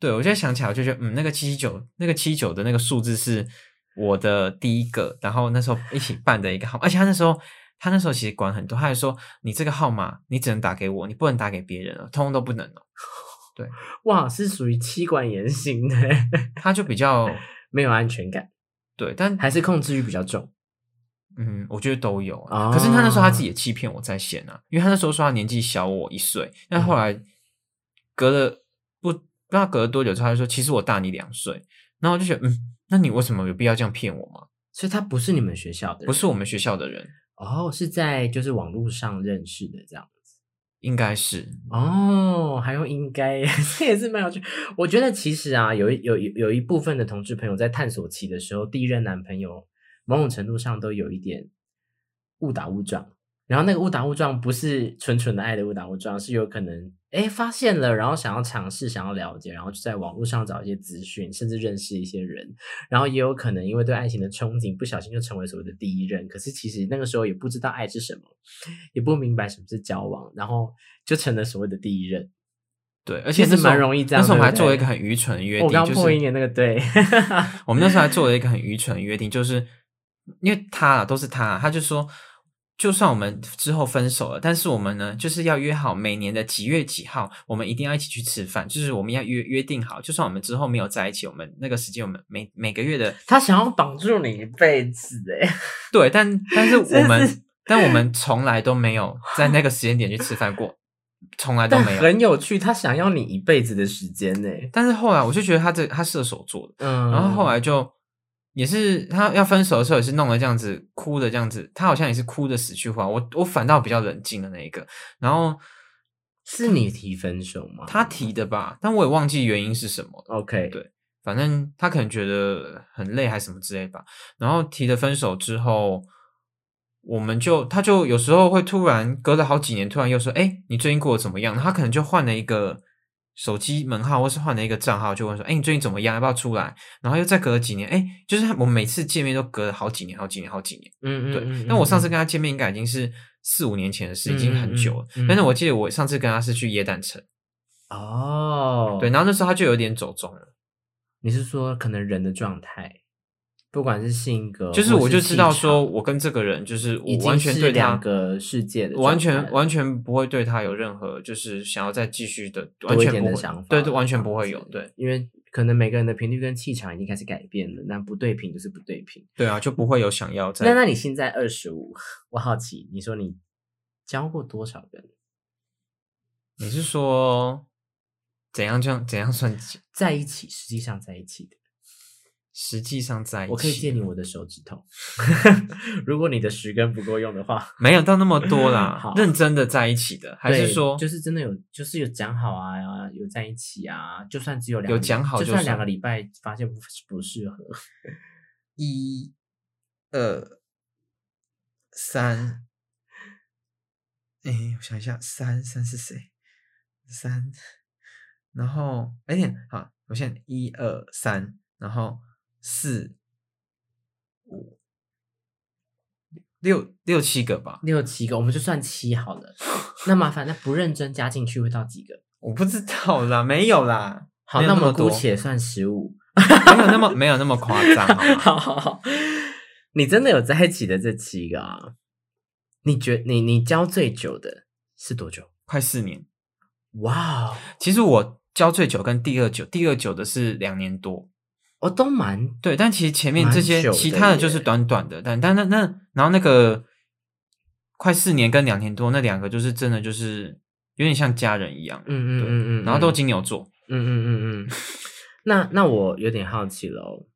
Speaker 2: 对，我现在想起来，我就觉得嗯，那个七七九那个七七九的那个数字是我的第一个，然后那时候一起办的一个号，而且他那时候他那时候其实管很多，他还说你这个号码你只能打给我，你不能打给别人了，通通都不能哦。
Speaker 1: 哇，是属于妻管严刑的耶，
Speaker 2: 他就比较
Speaker 1: 没有安全感，
Speaker 2: 对，但
Speaker 1: 还是控制欲比较重。
Speaker 2: 嗯，我觉得都有、
Speaker 1: 哦
Speaker 2: 啊。可是他那时候他自己也欺骗我在先啊，因为他那时候说他年纪小我一岁，但
Speaker 1: 嗯
Speaker 2: 后来隔了不不知道隔了多久之后，他就说其实我大你两岁。然后我就觉得，嗯，那你为什么有必要这样骗我吗？
Speaker 1: 所以他不是你们学校的人，
Speaker 2: 不是我们学校的人，
Speaker 1: 哦，是在就是网络上认识的这样子。
Speaker 2: 应该是
Speaker 1: 哦，还用应该耶， 这也是蛮有趣。我觉得其实啊，有一有有有一部分的同志朋友在探索期的时候，第一任男朋友某种程度上都有一点误打误撞。然后那个误打误撞不是纯纯的爱的误打误撞，是有可能哎发现了，然后想要尝试、想要了解，然后就在网络上找一些资讯，甚至认识一些人。然后也有可能因为对爱情的憧憬，不小心就成为所谓的第一任。可是其实那个时候也不知道爱是什么，也不明白什么是交往，然后就成了所谓的第一任。
Speaker 2: 对，而且
Speaker 1: 其实
Speaker 2: 那时候
Speaker 1: 蛮容易这样
Speaker 2: 那时候我们还
Speaker 1: 对不对
Speaker 2: 做了一个很愚蠢的约
Speaker 1: 哦我
Speaker 2: 定，
Speaker 1: 刚
Speaker 2: 就
Speaker 1: 破
Speaker 2: 是
Speaker 1: 音的那个对，
Speaker 2: 我们那时候还做了一个很愚蠢的约定，就是因为他啊，都是他啊，他就说，就算我们之后分手了，但是我们呢，就是要约好每年的几月几号，我们一定要一起去吃饭，就是我们要约约定好，就算我们之后没有在一起，我们那个时间，我们每每个月的
Speaker 1: 他想要绑住你一辈子哎、
Speaker 2: 对，但但是我
Speaker 1: 真
Speaker 2: 们
Speaker 1: 是
Speaker 2: 但我们从来都没有在那个时间点去吃饭过，从来都
Speaker 1: 但
Speaker 2: 没有。
Speaker 1: 很有趣，他想要你一辈子的时间呢、
Speaker 2: 但是后来我就觉得他这他射手座的，
Speaker 1: 嗯，
Speaker 2: 然后后来就也是他要分手的时候也是弄得这样子，哭的这样子，他好像也是哭的死去活来。我我反倒比较冷静的那一个，然后
Speaker 1: 是你提分手吗？
Speaker 2: 他提的吧，但我也忘记原因是什么了。
Speaker 1: OK，
Speaker 2: 对反正他可能觉得很累还是什么之类吧。然后提了分手之后，我们就他就有时候会突然隔了好几年，突然又说：“哎、你最近过得怎么样？”他可能就换了一个手机门号，或是换了一个账号，就问说：“哎、你最近怎么样？要不要出来？”然后又再隔了几年，哎、就是我们每次见面都隔了好几年、好几年、好几年。
Speaker 1: 嗯嗯，
Speaker 2: 对，
Speaker 1: 嗯
Speaker 2: 但我上次
Speaker 1: 嗯
Speaker 2: 跟他见面应该已经是四五年前的事，已经很久了。
Speaker 1: 嗯嗯嗯嗯
Speaker 2: 但是我记得我上次跟他是去耶诞城，
Speaker 1: 哦，
Speaker 2: 对，然后那时候他就有点走中了。
Speaker 1: 你是说可能人的状态，不管呃是性格，
Speaker 2: 就是我就知道说，
Speaker 1: 我
Speaker 2: 我跟这个人就是我
Speaker 1: 已经
Speaker 2: 完全
Speaker 1: 是
Speaker 2: 对他
Speaker 1: 两个世界的
Speaker 2: 我完
Speaker 1: 状态
Speaker 2: 全
Speaker 1: 了
Speaker 2: 完全不会对他有任何就是想要再继续的，完
Speaker 1: 多一
Speaker 2: 全
Speaker 1: 点
Speaker 2: 不
Speaker 1: 的
Speaker 2: 会
Speaker 1: 想法，
Speaker 2: 对对，完全不会有，对，
Speaker 1: 因为可能每个人的频率跟气场已经开始改变了，那不对频就是不对频。
Speaker 2: 对啊，就不会有想要再
Speaker 1: 那那你现在二十五，我好奇，你说你教过多少人？
Speaker 2: 你是说怎样这样怎样算几
Speaker 1: 在一起，实际上在一起的，
Speaker 2: 实际上在一起？
Speaker 1: 我可以借你我的手指头， 如果你的十根不够用的话，
Speaker 2: 没有到那么多啦
Speaker 1: 好，
Speaker 2: 认真的在一起的，还是
Speaker 1: 对
Speaker 2: 说
Speaker 1: 就是真的有，就是有讲好啊，有在一起啊，就算只有两
Speaker 2: 有
Speaker 1: 个礼
Speaker 2: 讲好
Speaker 1: 就
Speaker 2: 就
Speaker 1: 算
Speaker 2: 算
Speaker 1: 两个礼拜发现不不适合，
Speaker 2: 一、二、三？哎，我想一下，三三是谁？三，然后哎，等一下好，我现在一二三，然后四、五、六六七个吧，
Speaker 1: 六七个，我们就算七好了。 那麻烦，那不认真加进去会到几个？
Speaker 2: 我不知道啦，没有啦，
Speaker 1: 好，
Speaker 2: 没有
Speaker 1: 那我
Speaker 2: 那
Speaker 1: 们
Speaker 2: 么多
Speaker 1: 姑且算十五。
Speaker 2: 没有那么没有那么夸张，好 吗？
Speaker 1: 好好好，你真的有在一起的这七个啊？你觉你你教最久的是多久？
Speaker 2: 快四年，
Speaker 1: 哇哦，
Speaker 2: 其实我交最久跟第二久，第二久的是两年多，
Speaker 1: 我哦都蛮嗯
Speaker 2: 对，但其实前面
Speaker 1: 蛮
Speaker 2: 这些
Speaker 1: 久
Speaker 2: 其
Speaker 1: 的
Speaker 2: 他的就
Speaker 1: 耶
Speaker 2: 是短短的，但但那那然后那个快四年跟两年多那两个就是真的就是有点像家人一样，
Speaker 1: 嗯嗯嗯
Speaker 2: 对
Speaker 1: 嗯，
Speaker 2: 然后都
Speaker 1: 嗯
Speaker 2: 金牛座，
Speaker 1: 嗯嗯嗯嗯，那那我有点好奇喽，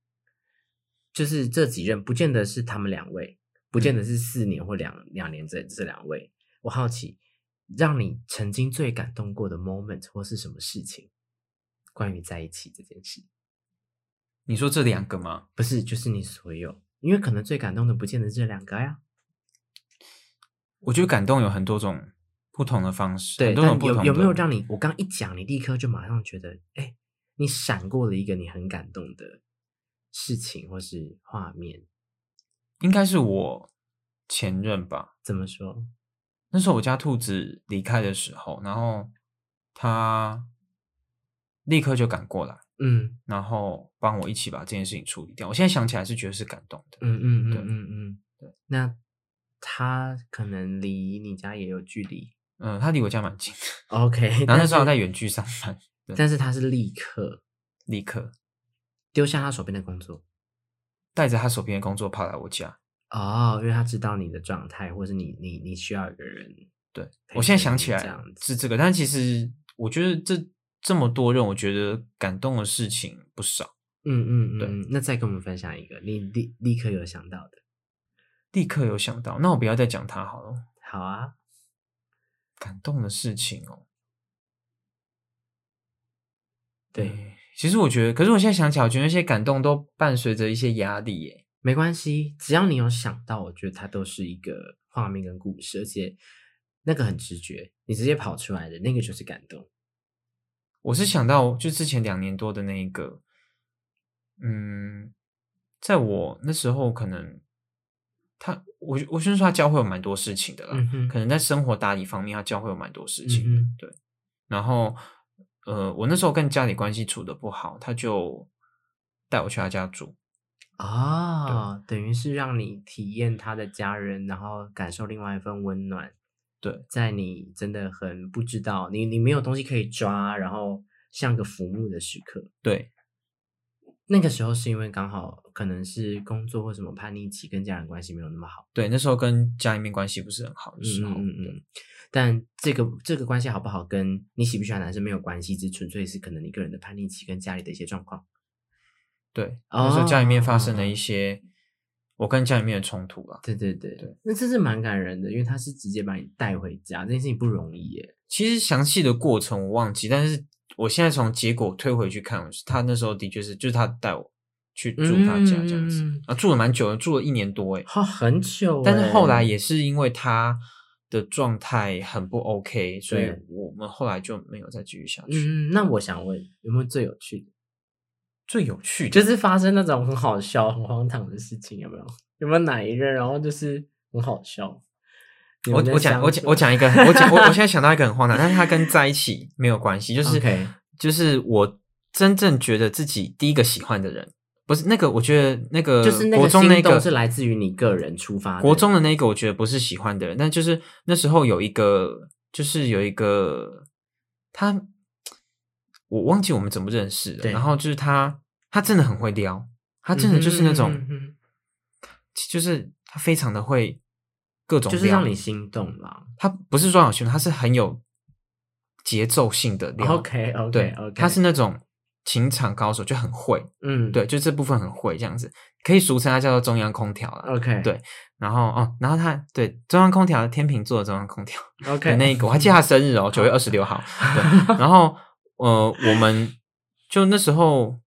Speaker 1: 就是这几任不见得是他们两位，不见得是四年或两两年这这两位，我好奇，让你曾经最感动过的 moment 或是什么事情，关于在一起这件事，
Speaker 2: 你说这两个吗？
Speaker 1: 不是就是你所有，因为可能最感动的不见得是这两个呀，
Speaker 2: 我觉得感动有很多种不同的方式，
Speaker 1: 对，
Speaker 2: 很多种
Speaker 1: 但
Speaker 2: 不同
Speaker 1: 有
Speaker 2: 的
Speaker 1: 有没有让你我刚一讲，你立刻就马上觉得，哎，你闪过了一个你很感动的事情或是画面。
Speaker 2: 应该是我前任吧，
Speaker 1: 怎么说？
Speaker 2: 那时候我家兔子离开的时候，然后他立刻就赶过来，
Speaker 1: 嗯
Speaker 2: 然后帮我一起把这件事情处理掉。我现在想起来是觉得是感动的，
Speaker 1: 嗯嗯嗯
Speaker 2: 对
Speaker 1: 嗯嗯，对。那他可能离你家也有距离
Speaker 2: 嗯，他离我家蛮近的，
Speaker 1: ，OK 但是。
Speaker 2: 然后那时候还在远距上班，
Speaker 1: 但是他是立刻
Speaker 2: 立刻
Speaker 1: 丢下他手边的工作
Speaker 2: 带着他手边的工作跑来我家。
Speaker 1: 哦，因为他知道你的状态，或是你你你需要一个人。
Speaker 2: 对
Speaker 1: 陪
Speaker 2: 我现在
Speaker 1: 着
Speaker 2: 想
Speaker 1: 你
Speaker 2: 起
Speaker 1: 这
Speaker 2: 来
Speaker 1: 样子
Speaker 2: 是这个，但其实我觉得这这么多让我觉得感动的事情不少。
Speaker 1: 嗯嗯
Speaker 2: 对
Speaker 1: 嗯，那再跟我们分享一个你立立刻有想到的。
Speaker 2: 立刻有想到，那我不要再讲他好了。
Speaker 1: 好啊，
Speaker 2: 感动的事情哦，
Speaker 1: 对，
Speaker 2: 诶，嗯其实我觉得，可是我现在想起来，我觉得那些感动都伴随着一些压力耶。
Speaker 1: 没关系，只要你有想到，我觉得它都是一个画面跟故事，而且那个很直觉，你直接跑出来的那个就是感动。
Speaker 2: 我是想到就之前两年多的那一个，嗯，在我那时候可能他，我我先说他教会我蛮多事情的啦，
Speaker 1: 嗯哼
Speaker 2: 可能在生活打理方面，他教会我蛮多事
Speaker 1: 嗯
Speaker 2: 情的。
Speaker 1: 嗯
Speaker 2: 然后，呃，我那时候跟家里关系处的不好，他就带我去他家住，
Speaker 1: 啊，等于是让你体验他的家人，然后感受另外一份温暖。
Speaker 2: 对，
Speaker 1: 在你真的很不知道，你你没有东西可以抓，然后像个浮木的时刻，
Speaker 2: 对，
Speaker 1: 那个时候是因为刚好可能是工作或什么叛逆期，跟家人关系没有那么好。
Speaker 2: 对，那时候跟家里面关系不是很好的时
Speaker 1: 嗯
Speaker 2: 候，
Speaker 1: 嗯嗯。但这个这个关系好不好，跟你喜不喜欢男生没有关系，只纯粹是可能你个人的叛逆期跟家里的一些状况。
Speaker 2: 对，那时候家里面发生了一
Speaker 1: 哦
Speaker 2: 些我跟家里面的冲突啊。
Speaker 1: 对对对
Speaker 2: 对，
Speaker 1: 那真是蛮感人的，因为他是直接把你带回家，这件事情不容易耶。
Speaker 2: 其实详细的过程我忘记，但是我现在从结果推回去看，他那时候的确是，就是他带我去住他家这样子、
Speaker 1: 嗯
Speaker 2: 啊，住了蛮久的，住了一年多诶、
Speaker 1: 好、很久耶，欸
Speaker 2: 但是后来也是因为他的状态很不 OK，所以
Speaker 1: 对
Speaker 2: 我们后来就没有再继续下去。
Speaker 1: 嗯，那我想问，有没有最有趣的？
Speaker 2: 最有趣
Speaker 1: 就
Speaker 2: 的，
Speaker 1: 是发生那种很好笑、很荒唐的事情，有没有？有没有哪一任，然后就是很好笑？你
Speaker 2: 我
Speaker 1: 们在
Speaker 2: 我讲我讲
Speaker 1: 相处
Speaker 2: 我讲一个很，我讲我我现在想到一个很荒唐，但是他跟在一起没有关系，就是
Speaker 1: OK
Speaker 2: 就是我真正觉得自己第一个喜欢的人，不是那个，我觉得那个
Speaker 1: 就是那
Speaker 2: 呃国
Speaker 1: 个
Speaker 2: 中那
Speaker 1: 心
Speaker 2: 个
Speaker 1: 动是来自于你个人出发的，
Speaker 2: 国中的那个，我觉得不是喜欢的人，但就是那时候有一个，就是有一个他，我忘记我们怎么认识的。
Speaker 1: 对
Speaker 2: 然后就是他，他真的很会撩，他真的就是那种，
Speaker 1: 嗯哼嗯哼
Speaker 2: 就是他非常的会各种
Speaker 1: 就是
Speaker 2: 撩
Speaker 1: 让你心动啦。
Speaker 2: 他不是说好凶，他是很有节奏性的撩。
Speaker 1: OK OK
Speaker 2: 对
Speaker 1: OK，
Speaker 2: 他是那种情场高手，就很会，
Speaker 1: 嗯
Speaker 2: 对，就这部分很会这样子，可以俗称他叫做中央空调啦。
Speaker 1: OK
Speaker 2: 对然后哦，然后他对中央空调，天秤座的中央空调
Speaker 1: OK
Speaker 2: 的那一个，我还记得他生日哦，九月二十六号。对，然后呃，我们就那时候，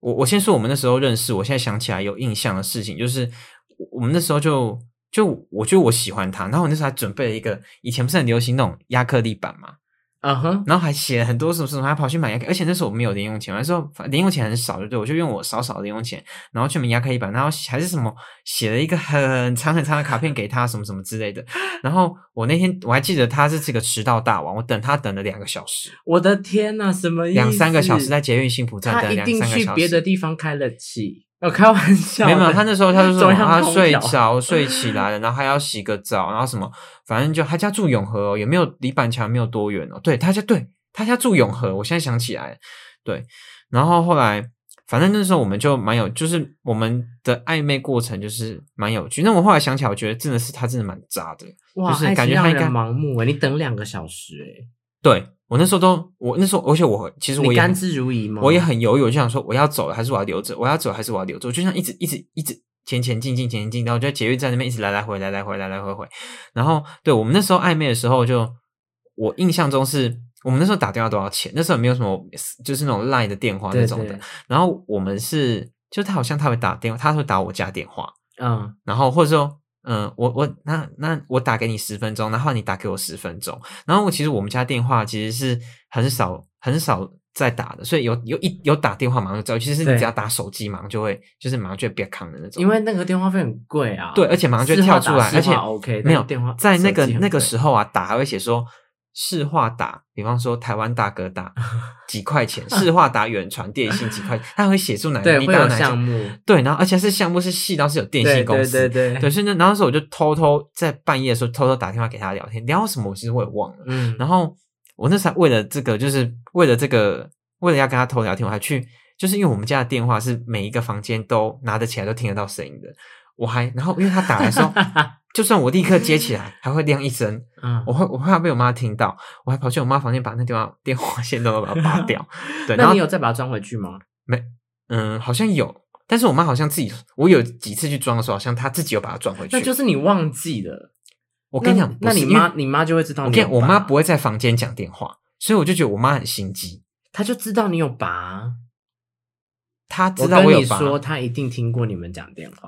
Speaker 2: 我我先说我们那时候认识，我现在想起来有印象的事情，就是我我们那时候就就我觉得我喜欢他，然后我那时候还准备了一个以前不是很流行那种亚克力板嘛，
Speaker 1: 啊哈
Speaker 2: 然后还写了很多什么什么，还跑去买牙克，而且那时候我没有零用钱，那时候反零用钱很少，就对我就用我少少的零用钱，然后去买牙克一板，然后还是什么写了一个很长很长的卡片给他，什么什么之类的。然后我那天我还记得他是这个迟到大王，我等他等了两个小时，
Speaker 1: 我的天呐，什么意思？
Speaker 2: 两三个小时在捷运幸福站
Speaker 1: 他
Speaker 2: 等
Speaker 1: 一
Speaker 2: 两
Speaker 1: 定
Speaker 2: 三个
Speaker 1: 去
Speaker 2: 小
Speaker 1: 别的
Speaker 2: 时。
Speaker 1: 地方开了气，我、开玩笑的，
Speaker 2: 没有，没有他那时候他就说什
Speaker 1: 中
Speaker 2: 么
Speaker 1: 央
Speaker 2: 他
Speaker 1: 空
Speaker 2: 睡
Speaker 1: 调
Speaker 2: 着睡 起来了，然后还要洗个澡，然后什么，反正就他家住永和、哦，也没有离板桥没有多远哦。对，他家对他家住永和，我现在想起来了，对。然后后来，反正那时候我们就蛮有，就是我们的暧昧过程就是蛮有趣。那我后来想起来，我觉得真的是他真的蛮渣的。
Speaker 1: 哇，
Speaker 2: 就是
Speaker 1: 爱
Speaker 2: 感
Speaker 1: 情
Speaker 2: 觉
Speaker 1: 让
Speaker 2: 他应
Speaker 1: 人
Speaker 2: 该
Speaker 1: 盲目哎，你等两个小时哎，
Speaker 2: 对我那时候都，我那时候而且我其实我
Speaker 1: 你
Speaker 2: 也
Speaker 1: 甘
Speaker 2: 很
Speaker 1: 之如饴吗？
Speaker 2: 我也很犹豫，我就想说我要走了还是我要留着，我要走还是我要留着，我就像一直一直一直前前进进前前进，然后我就在捷运站那边一直来来回来来回来来回回。然后对我们那时候暧昧的时候就，我印象中是我们那时候打电话多少钱，那时候也没有什么就是那种 line 的电话
Speaker 1: 对
Speaker 2: 那种的。
Speaker 1: 对
Speaker 2: 然后我们是就他好像他会打电话，他会打我家电话，
Speaker 1: 嗯，
Speaker 2: 然后或者说。嗯，我我那那我打给你十分钟，然后你打给我十分钟，然后其实我们家电话其实是很少很少在打的，所以有有一有打电话马上就知道，其实是
Speaker 1: 对
Speaker 2: 你只要打手机马上就会，就是马上就会变康的那种。
Speaker 1: 因为那个电话费很贵啊，
Speaker 2: 对，而且马上就
Speaker 1: 市
Speaker 2: 会
Speaker 1: 话打
Speaker 2: 跳出来，
Speaker 1: 市
Speaker 2: 而且
Speaker 1: 话 OK
Speaker 2: 没有
Speaker 1: 但电话
Speaker 2: 在那
Speaker 1: 手
Speaker 2: 个
Speaker 1: 机很
Speaker 2: 那个
Speaker 1: 贵
Speaker 2: 时候啊，打还会写说市话打，比方说台湾大 哥大几块钱，市话打远传电信几块钱，他会写出哪
Speaker 1: 对
Speaker 2: 你
Speaker 1: 会
Speaker 2: 打到
Speaker 1: 有
Speaker 2: 哪一
Speaker 1: 项
Speaker 2: 家
Speaker 1: 目，
Speaker 2: 对，然后而且是项目是细到是有电
Speaker 1: 对
Speaker 2: 信公
Speaker 1: 对
Speaker 2: 司，
Speaker 1: 对对
Speaker 2: 对，，所以呢，然后那时候我就偷偷在半夜的时候偷偷打电话给他聊天，聊什么我其实我也忘了。
Speaker 1: 嗯，
Speaker 2: 然后我那时候为了这个，就是为了这个，为了要跟他偷聊天，我还去，就是因为我们家的电话是每一个房间都拿得起来都听得到声音的，我还然后因为他打来的 时候，就算我立刻接起来，还会亮一声，
Speaker 1: 嗯
Speaker 2: 我，会我怕被我妈听到，我还跑去我妈房间把那电话电话线都把它拔 掉，对，然
Speaker 1: 那
Speaker 2: 后
Speaker 1: 你有再把它装回去吗？
Speaker 2: 嗯好像有。但是我妈好像自己，我有几次去装的时候，好像她自己有把它装回去。
Speaker 1: 那就是你忘记了。
Speaker 2: 我跟你讲，
Speaker 1: 那
Speaker 2: 不
Speaker 1: 你
Speaker 2: 是
Speaker 1: 那你妈，你妈就会知道
Speaker 2: 我
Speaker 1: 你
Speaker 2: 跟
Speaker 1: 有
Speaker 2: 你
Speaker 1: 拔。
Speaker 2: 我妈不会在房间讲电话，所以我就觉得我妈很心机。
Speaker 1: 她就知道你有拔。
Speaker 2: 她知
Speaker 1: 我
Speaker 2: 道
Speaker 1: 跟
Speaker 2: 有
Speaker 1: 你
Speaker 2: 拔，
Speaker 1: 说，她一定听过你们讲电 话。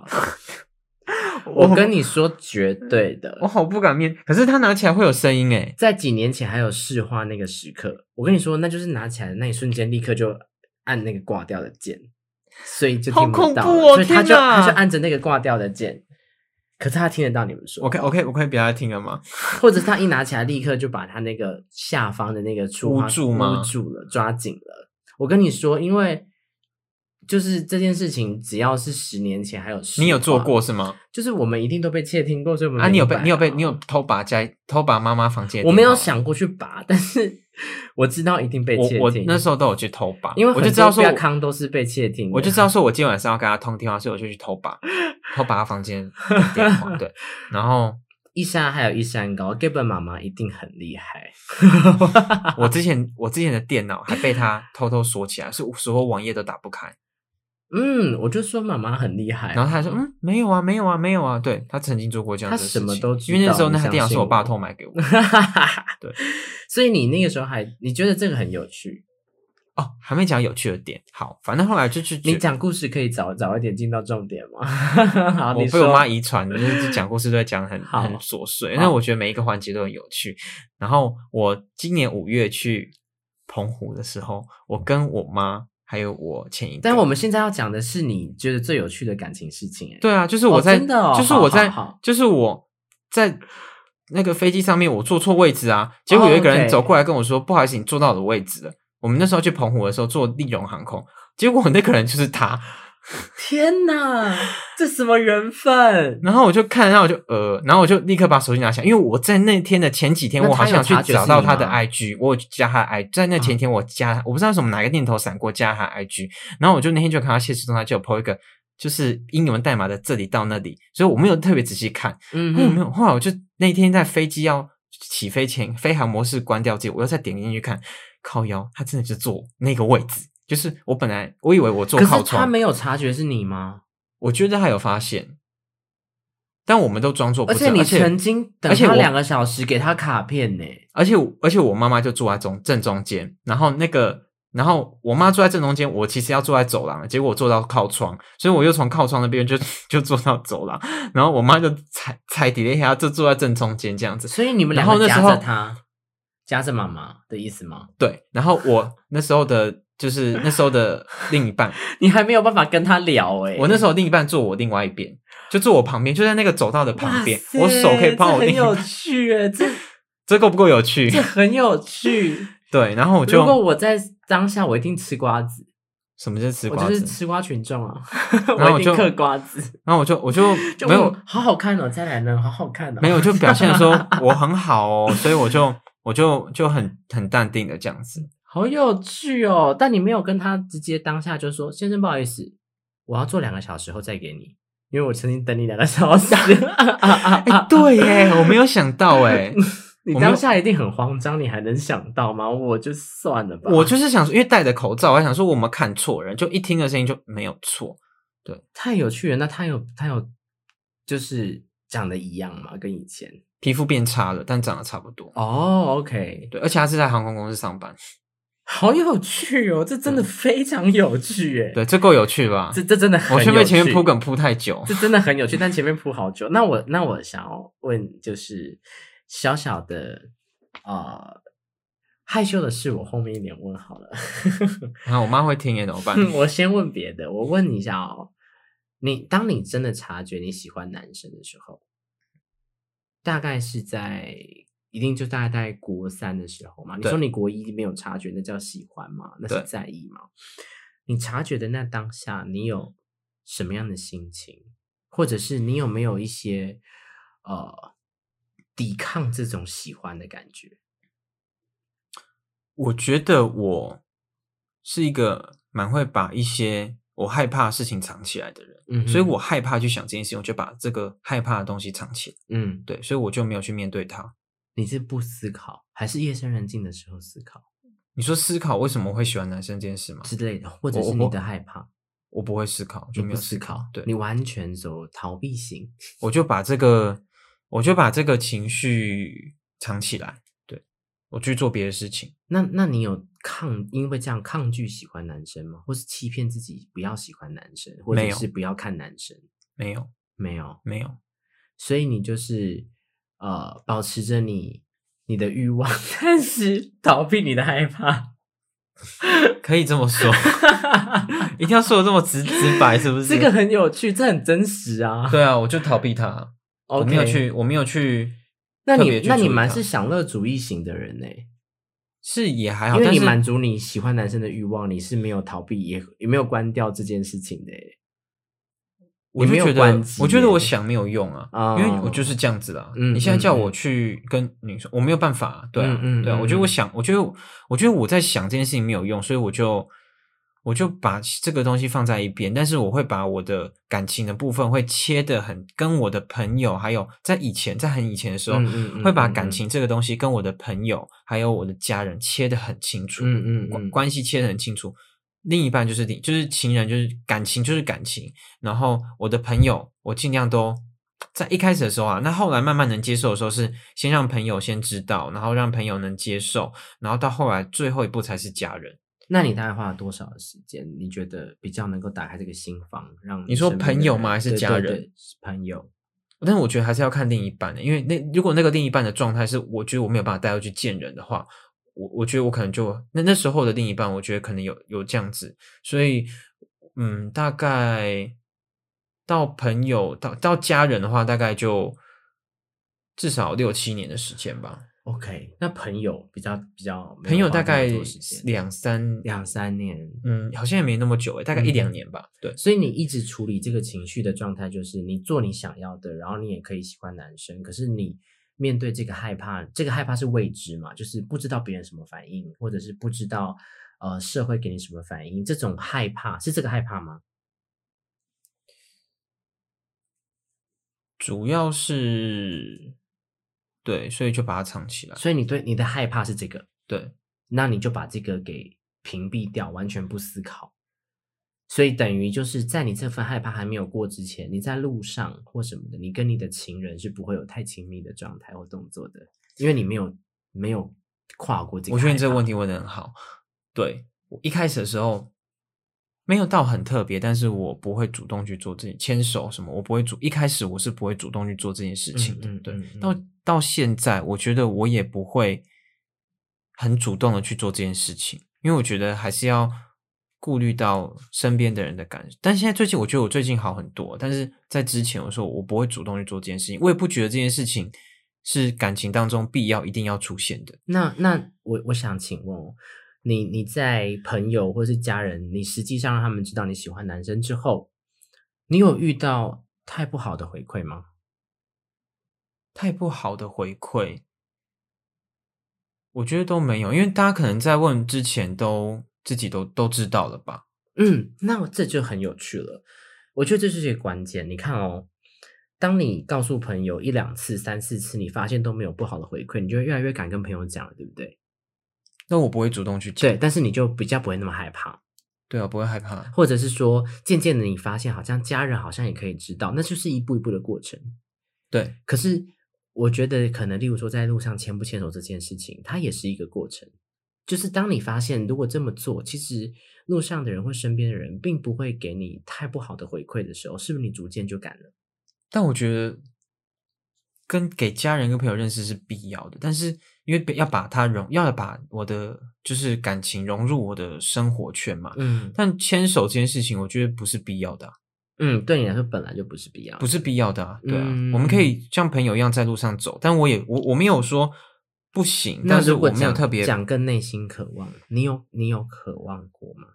Speaker 1: 我跟你说，绝对的
Speaker 2: 我。好不敢面。可是她拿起来会有声音欸诶，
Speaker 1: 在几年前还有市话那个时刻，我跟你说，那就是拿起来的那一瞬间，立刻就按那个挂掉的键，所以就
Speaker 2: 好
Speaker 1: 听不
Speaker 2: 恐
Speaker 1: 到
Speaker 2: 怖
Speaker 1: 了。
Speaker 2: 哦
Speaker 1: 所以她
Speaker 2: 天
Speaker 1: 就
Speaker 2: 哪
Speaker 1: 她就按着那个挂掉的键，可是她听得到你们说
Speaker 2: 我。可以我可以我可以不要再听了吗？
Speaker 1: 或者是他一拿起来，立刻就把他那个下方的那个触
Speaker 2: 捂
Speaker 1: 发
Speaker 2: 住吗
Speaker 1: 捂住了，抓紧了。我跟你说，因为就是这件事情，只要是啊十年前还有事
Speaker 2: 你有做
Speaker 1: 话
Speaker 2: 过，是吗？
Speaker 1: 就是我们一定都被窃听过，所以我们
Speaker 2: 啊，你有
Speaker 1: 明
Speaker 2: 被
Speaker 1: 白
Speaker 2: 你有被
Speaker 1: 啊
Speaker 2: 你有偷拔家偷拔妈妈房间的电话
Speaker 1: 我
Speaker 2: 吗？
Speaker 1: 没有想过去拔，但 是我知道一定被窃听。
Speaker 2: 我我那时候都有去偷拔，
Speaker 1: 因为
Speaker 2: 我
Speaker 1: 很
Speaker 2: 就知
Speaker 1: 多
Speaker 2: 道
Speaker 1: 不
Speaker 2: 说
Speaker 1: 要
Speaker 2: 我
Speaker 1: 康都是被窃听的
Speaker 2: 我就知道说我今天晚上要跟他通电话，所以我就去偷拔偷拔他房间的电 话，对，然后
Speaker 1: 一山还有一山高，Gabby 妈妈一定很厉害。
Speaker 2: 我之前我之前的电脑还被他偷偷锁起来，是所有网页都打不开，
Speaker 1: 嗯，我就说妈妈很厉害。
Speaker 2: 然后他还说嗯没有啊没有啊没有啊，对他曾经做过这样
Speaker 1: 他
Speaker 2: 的事情，
Speaker 1: 什么都知
Speaker 2: 因为那
Speaker 1: 道
Speaker 2: 时候那
Speaker 1: 你
Speaker 2: 台电
Speaker 1: 相
Speaker 2: 脑
Speaker 1: 信
Speaker 2: 是我爸
Speaker 1: 我，
Speaker 2: 偷买给我
Speaker 1: 对
Speaker 2: 对，
Speaker 1: 所以你那个时候还你觉得这个很有趣，
Speaker 2: 哦还没讲有趣的点，好，反正后来就去
Speaker 1: 你讲故事可以早早一点进到重点吗？ 好，
Speaker 2: 我
Speaker 1: 啊你
Speaker 2: 被我
Speaker 1: 说
Speaker 2: 妈遗传的，就是讲故事都在讲很
Speaker 1: 好
Speaker 2: 很琐碎，
Speaker 1: 好
Speaker 2: 但我觉得每一个环节都很有趣。然后我今年五月去澎湖的时候，我跟我妈还有我前一个，
Speaker 1: 但我们现在要讲的是你觉得最有趣的感情事情、欸，
Speaker 2: 对啊，就是
Speaker 1: 哦
Speaker 2: 我在，
Speaker 1: 真的哦
Speaker 2: 就是我在，
Speaker 1: 好好好
Speaker 2: 就是我在那个飞机上面，我坐错位置啊，结果有一个
Speaker 1: 哦
Speaker 2: 人
Speaker 1: ，OK
Speaker 2: 走过来跟我说：“不好意思，你坐到我的位置了。”我们那时候去澎湖的时候坐丽荣航空，结果那个人就是他，
Speaker 1: 天 哪，这什么缘分？
Speaker 2: 然后我就看，然后我就呃，然后我就立刻把手机拿起来，因为我在那天的前几天，
Speaker 1: 那
Speaker 2: 我
Speaker 1: 他
Speaker 2: 好像去
Speaker 1: 有察觉
Speaker 2: 找到
Speaker 1: 是你吗嗯
Speaker 2: 他的 IG，我有去加他的 I，在那前一天我加，我不知道为什么哪个念头闪过加他的 IG，然后我就那天就看他现实中，他就有 po 一个就是英文代码的这里到那里，所以我没有特别仔细看，
Speaker 1: 嗯
Speaker 2: 因为我没
Speaker 1: 哼，
Speaker 2: 有，后来我就那天在飞机要起飞前，飞行模式关掉之后，我又再点进去看，靠腰，他真的就坐那个位置，就是我本来我以为我坐
Speaker 1: 可
Speaker 2: 靠
Speaker 1: 是他
Speaker 2: 窗，
Speaker 1: 没有察觉是你吗？
Speaker 2: 我觉得他有发现，但我们都装作不
Speaker 1: 而
Speaker 2: 知
Speaker 1: 且
Speaker 2: 道。
Speaker 1: 你
Speaker 2: 而且
Speaker 1: 曾经等
Speaker 2: 而且
Speaker 1: 他
Speaker 2: 我
Speaker 1: 两个小时给他卡片呢、
Speaker 2: 而且我而且我妈妈就坐在中正中间，然后那个然后我妈坐在正中间，我其实要坐在走廊，结果我坐到靠窗，所以我又从靠窗那边就 就坐到走廊，然后我妈就踩踩底了一下，就坐在正中间这样子。
Speaker 1: 所以你们两
Speaker 2: 然后
Speaker 1: 个
Speaker 2: 那时
Speaker 1: 夹
Speaker 2: 候
Speaker 1: 着他，夹着妈妈的意思 吗？
Speaker 2: 对，然后 我那时候的就是那时候的另一半，
Speaker 1: 你还没有办法跟他聊哎、
Speaker 2: 我那时候另一半坐我另外一边，就坐我旁边，就在那个走道的旁边
Speaker 1: 哇，塞
Speaker 2: 我手可以帮我
Speaker 1: 这很
Speaker 2: 另一
Speaker 1: 有
Speaker 2: 半，
Speaker 1: 趣哎、这
Speaker 2: 这够不够有趣
Speaker 1: 这？很有趣。
Speaker 2: 对，然后 我就
Speaker 1: 如果我在当下，我一定吃瓜子，
Speaker 2: 什么是吃瓜
Speaker 1: 我就是
Speaker 2: 子？
Speaker 1: 吃瓜群众啊，
Speaker 2: 然后
Speaker 1: 我
Speaker 2: 我
Speaker 1: 一
Speaker 2: 就
Speaker 1: 定嗑瓜子。
Speaker 2: 然后我就我就
Speaker 1: 就
Speaker 2: 没有
Speaker 1: 嗯好好看哦，再来呢，好好看哦，
Speaker 2: 没有，就表现 说我很好哦，所以我就我就就很很淡定的这样子。
Speaker 1: 好有趣哦。但你没有跟他直接当下就说，先生不好意思，我要做两个小时后再给你，因为我曾经等你两个小 时。啊
Speaker 2: 哎、对耶，我没有想到哎，
Speaker 1: 你
Speaker 2: 我没有
Speaker 1: 当下一定很慌张，你还能想到吗？我就算了吧，
Speaker 2: 我就是想说，因为戴着口罩，我还想说我们看错人，就一听的声音就没有错。
Speaker 1: 太有趣了。那他有他有就是长得一样吗？跟以前？
Speaker 2: 皮肤变差了，但长得差不多。
Speaker 1: 哦，OK，
Speaker 2: 对，而且他是在航空公司上班，
Speaker 1: 好有趣哦，这真的非常有趣哎。
Speaker 2: 对，这够有趣吧
Speaker 1: 这，？这真的很
Speaker 2: 我却
Speaker 1: 有
Speaker 2: 被前面
Speaker 1: 趣
Speaker 2: 铺梗铺太久。
Speaker 1: 这真的很有趣，但前面铺好久。那我那我想要问，就是小小的呃害羞的事，我后面一点问好了。
Speaker 2: 然后我妈会听耶，怎么办？
Speaker 1: 我先问别的，我问你一下哦，你当你真的察觉你喜欢男生的时候，大概是在一定就大概在国三的时候嘛？你
Speaker 2: 对
Speaker 1: 说你国一没有察觉，那叫喜欢吗？那是
Speaker 2: 对
Speaker 1: 在意吗？你察觉的那当下，你有什么样的心情，或者是你有没有一些呃抵抗这种喜欢的感觉？
Speaker 2: 我觉得我是一个蛮会把一些我害怕的事情藏起来的人，
Speaker 1: 嗯哼
Speaker 2: 所以我害怕去想这件事情，我就把这个害怕的东西藏起来。
Speaker 1: 嗯，
Speaker 2: 对，所以我就没有去面对它。
Speaker 1: 你是不思考，还是夜深人静的时候思考？
Speaker 2: 你说思考为什么会喜欢男生这件事吗？
Speaker 1: 之类的，或者
Speaker 2: 我
Speaker 1: 是
Speaker 2: 我
Speaker 1: 你的害怕，
Speaker 2: 我不会思考，
Speaker 1: 你
Speaker 2: 就没
Speaker 1: 不
Speaker 2: 有
Speaker 1: 思考，
Speaker 2: 对，
Speaker 1: 你完全走逃避型。
Speaker 2: 我就把这个，我就把这个情绪藏起来。对，我去做别的事情。
Speaker 1: 那那你有抗因为这样抗拒喜欢男生吗？或是欺骗自己不要喜欢男生，或
Speaker 2: 没
Speaker 1: 者
Speaker 2: 有
Speaker 1: 是不要看男生？
Speaker 2: 没有，
Speaker 1: 没有，
Speaker 2: 没有，
Speaker 1: 所以你就是呃，保持着你你的欲望，但是逃避你的害怕。
Speaker 2: 可以这么说，一定要说的这么直直白，是不是？
Speaker 1: 这个很有趣，这很真实啊。
Speaker 2: 对啊，我就逃避他。
Speaker 1: o
Speaker 2: 我没有去，我没有去
Speaker 1: 那
Speaker 2: 特别
Speaker 1: 你
Speaker 2: 去
Speaker 1: 那你
Speaker 2: 注意
Speaker 1: 蛮
Speaker 2: 它
Speaker 1: 欸是享乐主义型的人呢、
Speaker 2: 是也还好，
Speaker 1: 因为
Speaker 2: 但
Speaker 1: 你
Speaker 2: 是
Speaker 1: 满足你喜欢男生的欲望，你是没有逃避，也也没有关掉这件事情的耶。
Speaker 2: 我
Speaker 1: 你
Speaker 2: 就
Speaker 1: 没有
Speaker 2: 觉得
Speaker 1: 关机，
Speaker 2: 我觉得
Speaker 1: 耶
Speaker 2: 我想没有用啊，因为我
Speaker 1: 哦
Speaker 2: 就是这样子啦。
Speaker 1: 嗯
Speaker 2: 你现在
Speaker 1: 嗯
Speaker 2: 叫我
Speaker 1: 嗯
Speaker 2: 去跟女生，我没有办法、啊，对啊，
Speaker 1: 嗯嗯
Speaker 2: 对啊。
Speaker 1: 嗯
Speaker 2: 我觉得我
Speaker 1: 嗯
Speaker 2: 想，我觉得我我觉得我在想这件事情没有用，所以我就我就把这个东西放在一边，但是我会把我的感情的部分会切得很，跟我的朋友，还有在以前，在很以前的时候，
Speaker 1: 嗯嗯嗯
Speaker 2: 会把
Speaker 1: 嗯
Speaker 2: 感
Speaker 1: 嗯
Speaker 2: 情这个东西跟我的朋友还有我的家人切得很清楚。
Speaker 1: 嗯嗯
Speaker 2: 关
Speaker 1: 嗯，
Speaker 2: 关系切得很清楚。另一半就是你，就是情人，就是感情，就是感情。然后我的朋友，我尽量都在一开始的时候啊，那后来慢慢能接受的时候，是先让朋友先知道，然后让朋友能接受，然后到后来最后一步才是家人。
Speaker 1: 那你大概花了多少的时间？你觉得比较能够打开这个心房，让
Speaker 2: 你说
Speaker 1: 身边的
Speaker 2: 朋友吗还是
Speaker 1: 对
Speaker 2: 家
Speaker 1: 对
Speaker 2: 人
Speaker 1: 对是朋友，
Speaker 2: 但是我觉得还是要看另一半的，欸因为那如果那个另一半的状态是，我觉得我没有办法带他去见人的话，我我觉得我可能就那那时候的另一半，我觉得可能有有这样子，所以嗯，大概到朋友到到家人的话，大概就至少六七年的时间吧。
Speaker 1: OK，那朋友比较比较没
Speaker 2: 朋
Speaker 1: 有
Speaker 2: 友
Speaker 1: 花
Speaker 2: 大
Speaker 1: 这么
Speaker 2: 概
Speaker 1: 多时间
Speaker 2: 两三，
Speaker 1: 两三年，
Speaker 2: 嗯，好像也没那么久诶，大概一
Speaker 1: 嗯
Speaker 2: 两年吧。对，
Speaker 1: 所以你一直处理这个情绪的状态，就是你做你想要的，然后你也可以喜欢男生，可是你面对这个害怕，这个害怕是未知嘛，就是不知道别人什么反应，或者是不知道呃社会给你什么反应，这种害怕是这个害怕吗？
Speaker 2: 主要是对，所以就把它藏起来。
Speaker 1: 所以你对你的害怕是这个，
Speaker 2: 对，
Speaker 1: 那你就把这个给屏蔽掉，完全不思考。所以等于就是在你这份害怕还没有过之前，你在路上或什么的，你跟你的情人是不会有太亲密的状态或动作的，因为你没有没有跨过这个。
Speaker 2: 我觉得你这个问
Speaker 1: 题，
Speaker 2: 题问的很好。对我一开始的时候没有到很特别，但是我不会主动去做这牵手什么，我不会主一开始我是不会主动去做这件事情的。
Speaker 1: 嗯嗯
Speaker 2: 对，
Speaker 1: 嗯嗯
Speaker 2: 到到现在，我觉得我也不会很主动的去做这件事情，因为我觉得还是要。顾虑到身边的人的感受，但现在最近我觉得我最近好很多，但是在之前我说我不会主动去做这件事情，我也不觉得这件事情是感情当中必要一定要出现的。
Speaker 1: 那那我我想请问哦，你你在朋友或是家人，你实际上让他们知道你喜欢男生之后，你有遇到太不好的回馈吗？
Speaker 2: 太不好的回馈，我觉得都没有，因为大家可能在问之前都自己都都知道了吧？
Speaker 1: 嗯，那我这就很有趣了。我觉得这就是一个关键。你看哦，当你告诉朋友一两次、三四次，你发现都没有不好的回馈，你就会越来越敢跟朋友讲了，对不对？
Speaker 2: 那我不会主动去讲，
Speaker 1: 对，但是你就比较不会那么害怕，
Speaker 2: 对啊，不会害怕。
Speaker 1: 或者是说，渐渐的你发现好像家人好像也可以知道，那就是一步一步的过程。
Speaker 2: 对，
Speaker 1: 可是我觉得，可能例如说在路上牵不牵手这件事情，它也是一个过程。就是当你发现如果这么做，其实路上的人或身边的人并不会给你太不好的回馈的时候，是不是你逐渐就敢了？
Speaker 2: 但我觉得跟给家人跟朋友认识是必要的，但是因为要把它融，要把我的就是感情融入我的生活圈嘛。
Speaker 1: 嗯
Speaker 2: 但牵手这件事情，我觉得不是必要的啊、
Speaker 1: 嗯，对你来说本来就不是必要，
Speaker 2: 不是必要的啊。对啊，
Speaker 1: 嗯
Speaker 2: 我们可以像朋友一样在路上走，但我也我我没有说不行，
Speaker 1: 那
Speaker 2: 但是
Speaker 1: 如果
Speaker 2: 我没有
Speaker 1: 讲
Speaker 2: 特别
Speaker 1: 讲更内心渴望，你有你有渴望过吗？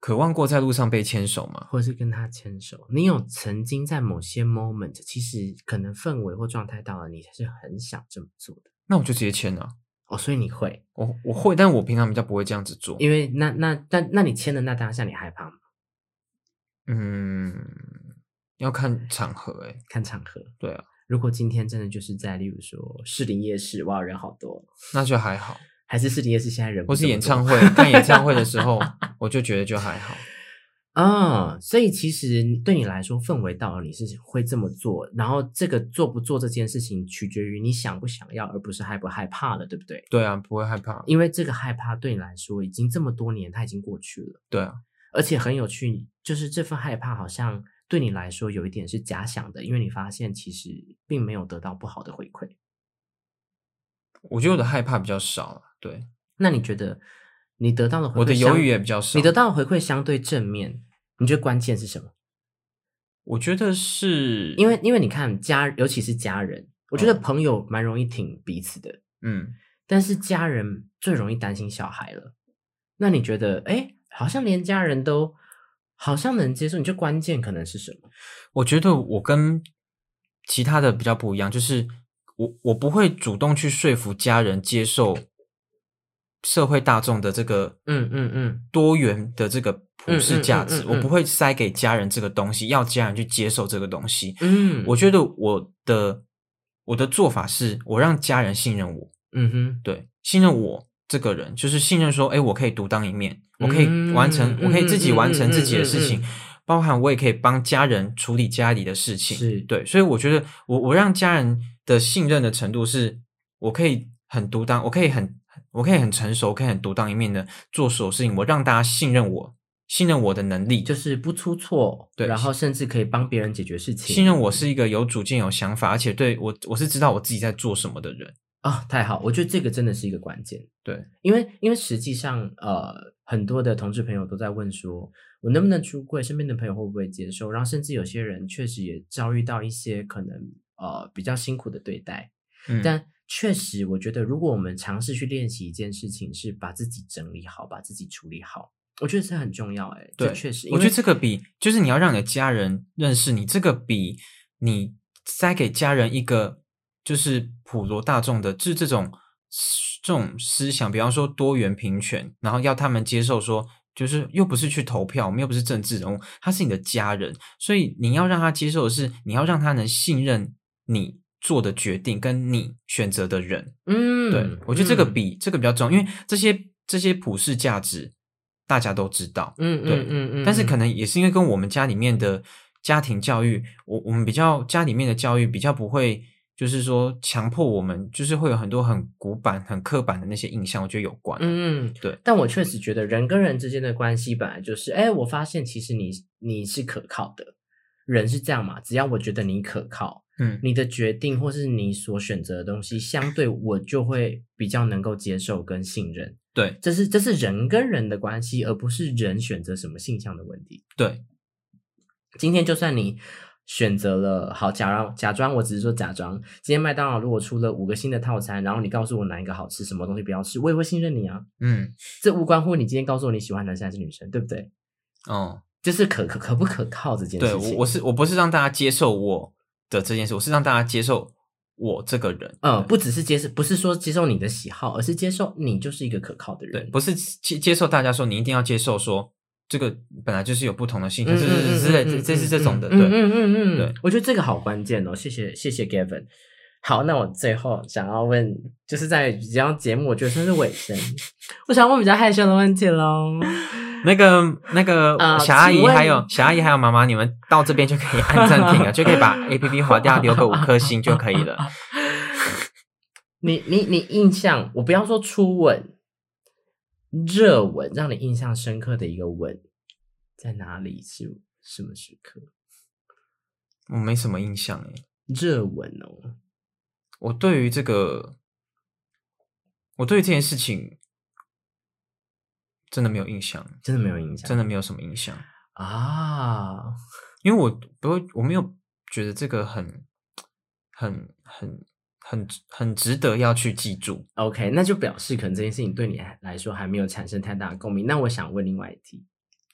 Speaker 2: 渴望过在路上被牵手嘛。
Speaker 1: 或者是跟他牵手，你有曾经在某些 moment，其实可能氛围或状态到了，你是很想这么做的
Speaker 2: 那我就直接牵啊。
Speaker 1: 哦，所以你会，
Speaker 2: 我我会，但我平常比较不会这样子做。
Speaker 1: 因为那那但那你牵的那当下你害怕吗？
Speaker 2: 嗯，要看场合哎、
Speaker 1: 看场合，
Speaker 2: 对啊，
Speaker 1: 如果今天真的就是在例如说士林夜市，哇，人好多，
Speaker 2: 那就还好。
Speaker 1: 还是士林夜市现在人不
Speaker 2: 或是
Speaker 1: 这么
Speaker 2: 演
Speaker 1: 多
Speaker 2: 唱会， 看演唱会的时候，我就觉得就还好。
Speaker 1: 啊、所以其实你对你来说，氛围到了你是会这么做，然后这个做不做这件事情，取决于你想不想要，而不是害不害怕了，对不对？
Speaker 2: 对啊，不会害怕。
Speaker 1: 因为这个害怕对你来说，已经这么多年，它已经过去了，
Speaker 2: 对啊，
Speaker 1: 而且很有趣，就是这份害怕好像对你来说有一点是假想的，因为你发现其实并没有得到不好的回馈。
Speaker 2: 我觉得我的害怕比较少了。对，
Speaker 1: 那你觉得你得到的回馈
Speaker 2: 我的
Speaker 1: 相
Speaker 2: 犹豫也比较少。
Speaker 1: 你得到的回馈相对正面，你觉得关键是什么？
Speaker 2: 我觉得是
Speaker 1: 因为因为你看家，尤其是家人，我觉得
Speaker 2: 嗯
Speaker 1: 朋友蛮容易挺彼此的，
Speaker 2: 嗯，
Speaker 1: 但是家人最容易担心小孩了。那你觉得，哎，好像连家人都好像能接受，你就关键可能是什么？
Speaker 2: 我觉得我跟其他的比较不一样，就是我我不会主动去说服家人接受社会大众的这个
Speaker 1: 嗯嗯嗯，
Speaker 2: 多元的这个普世价值，
Speaker 1: 嗯嗯嗯嗯嗯
Speaker 2: 我不会塞给家人这个东西，要家人去接受这个东西。
Speaker 1: 嗯，
Speaker 2: 我觉得我的我的做法是，我让家人信任我，
Speaker 1: 嗯哼，
Speaker 2: 对，信任我这个人，就是信任说，哎，我可以独当一面，我可以完成，
Speaker 1: 嗯
Speaker 2: 我可以自己完成自己的事
Speaker 1: 嗯
Speaker 2: 情，
Speaker 1: 嗯嗯
Speaker 2: 包含我也可以帮家人处理家里的事情，
Speaker 1: 是
Speaker 2: 对，所以我觉得我我让家人的信任的程度是，我可以很独当，我可以很我可以很成熟，我可以很独当一面的做所有事情，我让大家信任我，信任我的能力，
Speaker 1: 就是不出错，
Speaker 2: 对
Speaker 1: 然后甚至可以帮别人解决事情，
Speaker 2: 信任我是一个有主见、有想法，而且对我我是知道我自己在做什么的人。
Speaker 1: 啊、太好！我觉得这个真的是一个关键。
Speaker 2: 对，
Speaker 1: 因为因为实际上，呃，很多的同志朋友都在问说，我能不能出柜？身边的朋友会不会接受？然后，甚至有些人确实也遭遇到一些可能呃比较辛苦的对待。
Speaker 2: 嗯，
Speaker 1: 但确实，我觉得如果我们尝试去练习一件事情，是把自己整理好，把自己处理好，我觉得这很重要、欸。哎，
Speaker 2: 对
Speaker 1: 确实，
Speaker 2: 我觉得这
Speaker 1: 个
Speaker 2: 个比就是你要让你的家人认识你，这个比你塞给家人一个就是普罗大众的，就是这种这种思想，比方说多元平权，然后要他们接受说。就是又不是去投票，我们又不是政治人物，他是你的家人，所以你要让他接受的是，你要让他能信任你做的决定跟你选择的人。
Speaker 1: 嗯，
Speaker 2: 对，我觉得这个
Speaker 1: 嗯
Speaker 2: 比、这个比较重要，因为这些这些普世价值大家都知道，
Speaker 1: 嗯
Speaker 2: 对
Speaker 1: 嗯嗯嗯，
Speaker 2: 但是
Speaker 1: 嗯
Speaker 2: 可能也是因为跟我们家里面的家庭教育，我我们比较家里面的教育比较不会，就是说强迫我们，就是会有很多很古板、很刻板的那些印象，我觉得有关。啊
Speaker 1: 嗯，
Speaker 2: 对。
Speaker 1: 但我确实觉得人跟人之间的关系本来就是，哎，我发现其实你你是可靠的，人是这样嘛，只要我觉得你可靠，
Speaker 2: 嗯
Speaker 1: 你的决定或是你所选择的东西，相对我就会比较能够接受跟信任。
Speaker 2: 对
Speaker 1: 这是这是人跟人的关系，而不是人选择什么性向的问题。
Speaker 2: 对，
Speaker 1: 今天就算你选择了好，假装假装，我只是说假装。今天麦当劳如果出了五个新的套餐，然后你告诉我哪一个好吃，什么东西不要吃，我也会信任你啊。
Speaker 2: 嗯
Speaker 1: 这无关乎你今天告诉我你喜欢男生还是女生，对不对？
Speaker 2: 哦，
Speaker 1: 就是可可可不可靠这件
Speaker 2: 对
Speaker 1: 事
Speaker 2: 我
Speaker 1: 情。
Speaker 2: 我是我不是让大家接受我的这件事，我是让大家接受我这个人。
Speaker 1: 呃，不只是接受，不是说接受你的喜好，而是接受你就是一个可靠的
Speaker 2: 对，
Speaker 1: 人。
Speaker 2: 不是接接受大家说你一定要接受说这个本来就是有不同的性
Speaker 1: 嗯
Speaker 2: 向，
Speaker 1: 嗯
Speaker 2: 这
Speaker 1: 嗯
Speaker 2: 这
Speaker 1: 嗯
Speaker 2: 之类，
Speaker 1: 嗯
Speaker 2: 这
Speaker 1: 嗯
Speaker 2: 这是这
Speaker 1: 嗯
Speaker 2: 种的，
Speaker 1: 嗯
Speaker 2: 对，
Speaker 1: 嗯嗯嗯
Speaker 2: 对
Speaker 1: 嗯，我觉得这个好关键哦，谢谢谢谢 Gavin。好，那我最后想要问，就是在比较节目，我觉得算是尾 声，我想问比较害羞的问题喽。
Speaker 2: 那个那个
Speaker 1: 呃
Speaker 2: 小阿姨
Speaker 1: 请问
Speaker 2: 还有小阿姨还有妈妈，你们到这边就可以按暂 停了，就可以把 A P P 划掉，留个五颗星就可以了。
Speaker 1: 你你你印象，我不要说初吻，热吻让你印象深刻的一个吻在哪里？是什么时刻？
Speaker 2: 我没什么印象诶，
Speaker 1: 热吻哦，
Speaker 2: 我对于这个，我对于这件事情真的没有印象，
Speaker 1: 真的没有印象，
Speaker 2: 真的没有什么印象，
Speaker 1: 啊，
Speaker 2: 因为我不会，我没有觉得这个很很很很很值得要去记住。
Speaker 1: OK，那就表示可能这件事情对你来说还没有产生太大的共鸣。那我想问另外一题，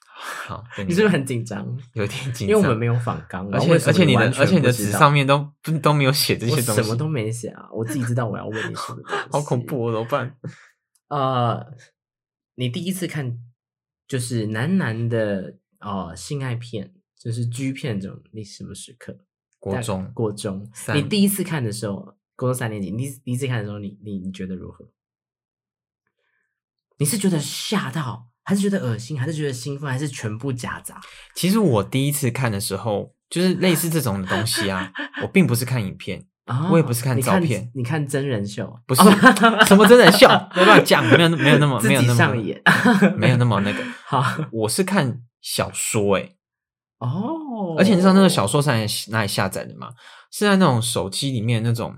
Speaker 2: 好，对
Speaker 1: 你是不是很紧张？
Speaker 2: 有点紧张？
Speaker 1: 因为我们没有访纲，
Speaker 2: 而
Speaker 1: 然后
Speaker 2: 且
Speaker 1: 为什么
Speaker 2: 而且你的
Speaker 1: 完全
Speaker 2: 而且你的
Speaker 1: 不知
Speaker 2: 纸
Speaker 1: 道
Speaker 2: 上面都不都没有写这些
Speaker 1: 我
Speaker 2: 东西，
Speaker 1: 什么都没写啊，我自己知道我要问你什么东西。
Speaker 2: 好恐！怖、哦，怎么办？
Speaker 1: 呃，你第一次看就是男男的呃性爱片，就是 G 片这种，你什么时刻？
Speaker 2: 国
Speaker 1: 大
Speaker 2: 中
Speaker 1: 国中，
Speaker 2: 三
Speaker 1: 你第一次看的时候，国中三年级，你第一次看的时候，你你你觉得如何？你是觉得吓到，还是觉得恶心，还是觉得兴奋，还是全部夹杂？
Speaker 2: 其实我第一次看的时候，就是类似这种的东西啊，我并不是看影片，
Speaker 1: 啊
Speaker 2: 我也不是看
Speaker 1: 你
Speaker 2: 照
Speaker 1: 看
Speaker 2: 片
Speaker 1: 你看真人秀，
Speaker 2: 不是什么真人秀，不要乱讲，没有没有那么
Speaker 1: 自
Speaker 2: 没有
Speaker 1: 己
Speaker 2: 那么
Speaker 1: 上演
Speaker 2: 没有那么那个，
Speaker 1: 好
Speaker 2: 我是看小说 诶、欸
Speaker 1: 哦，
Speaker 2: 而且你知道那个小说是哪里哪里下载的吗？是在那种手机里面那种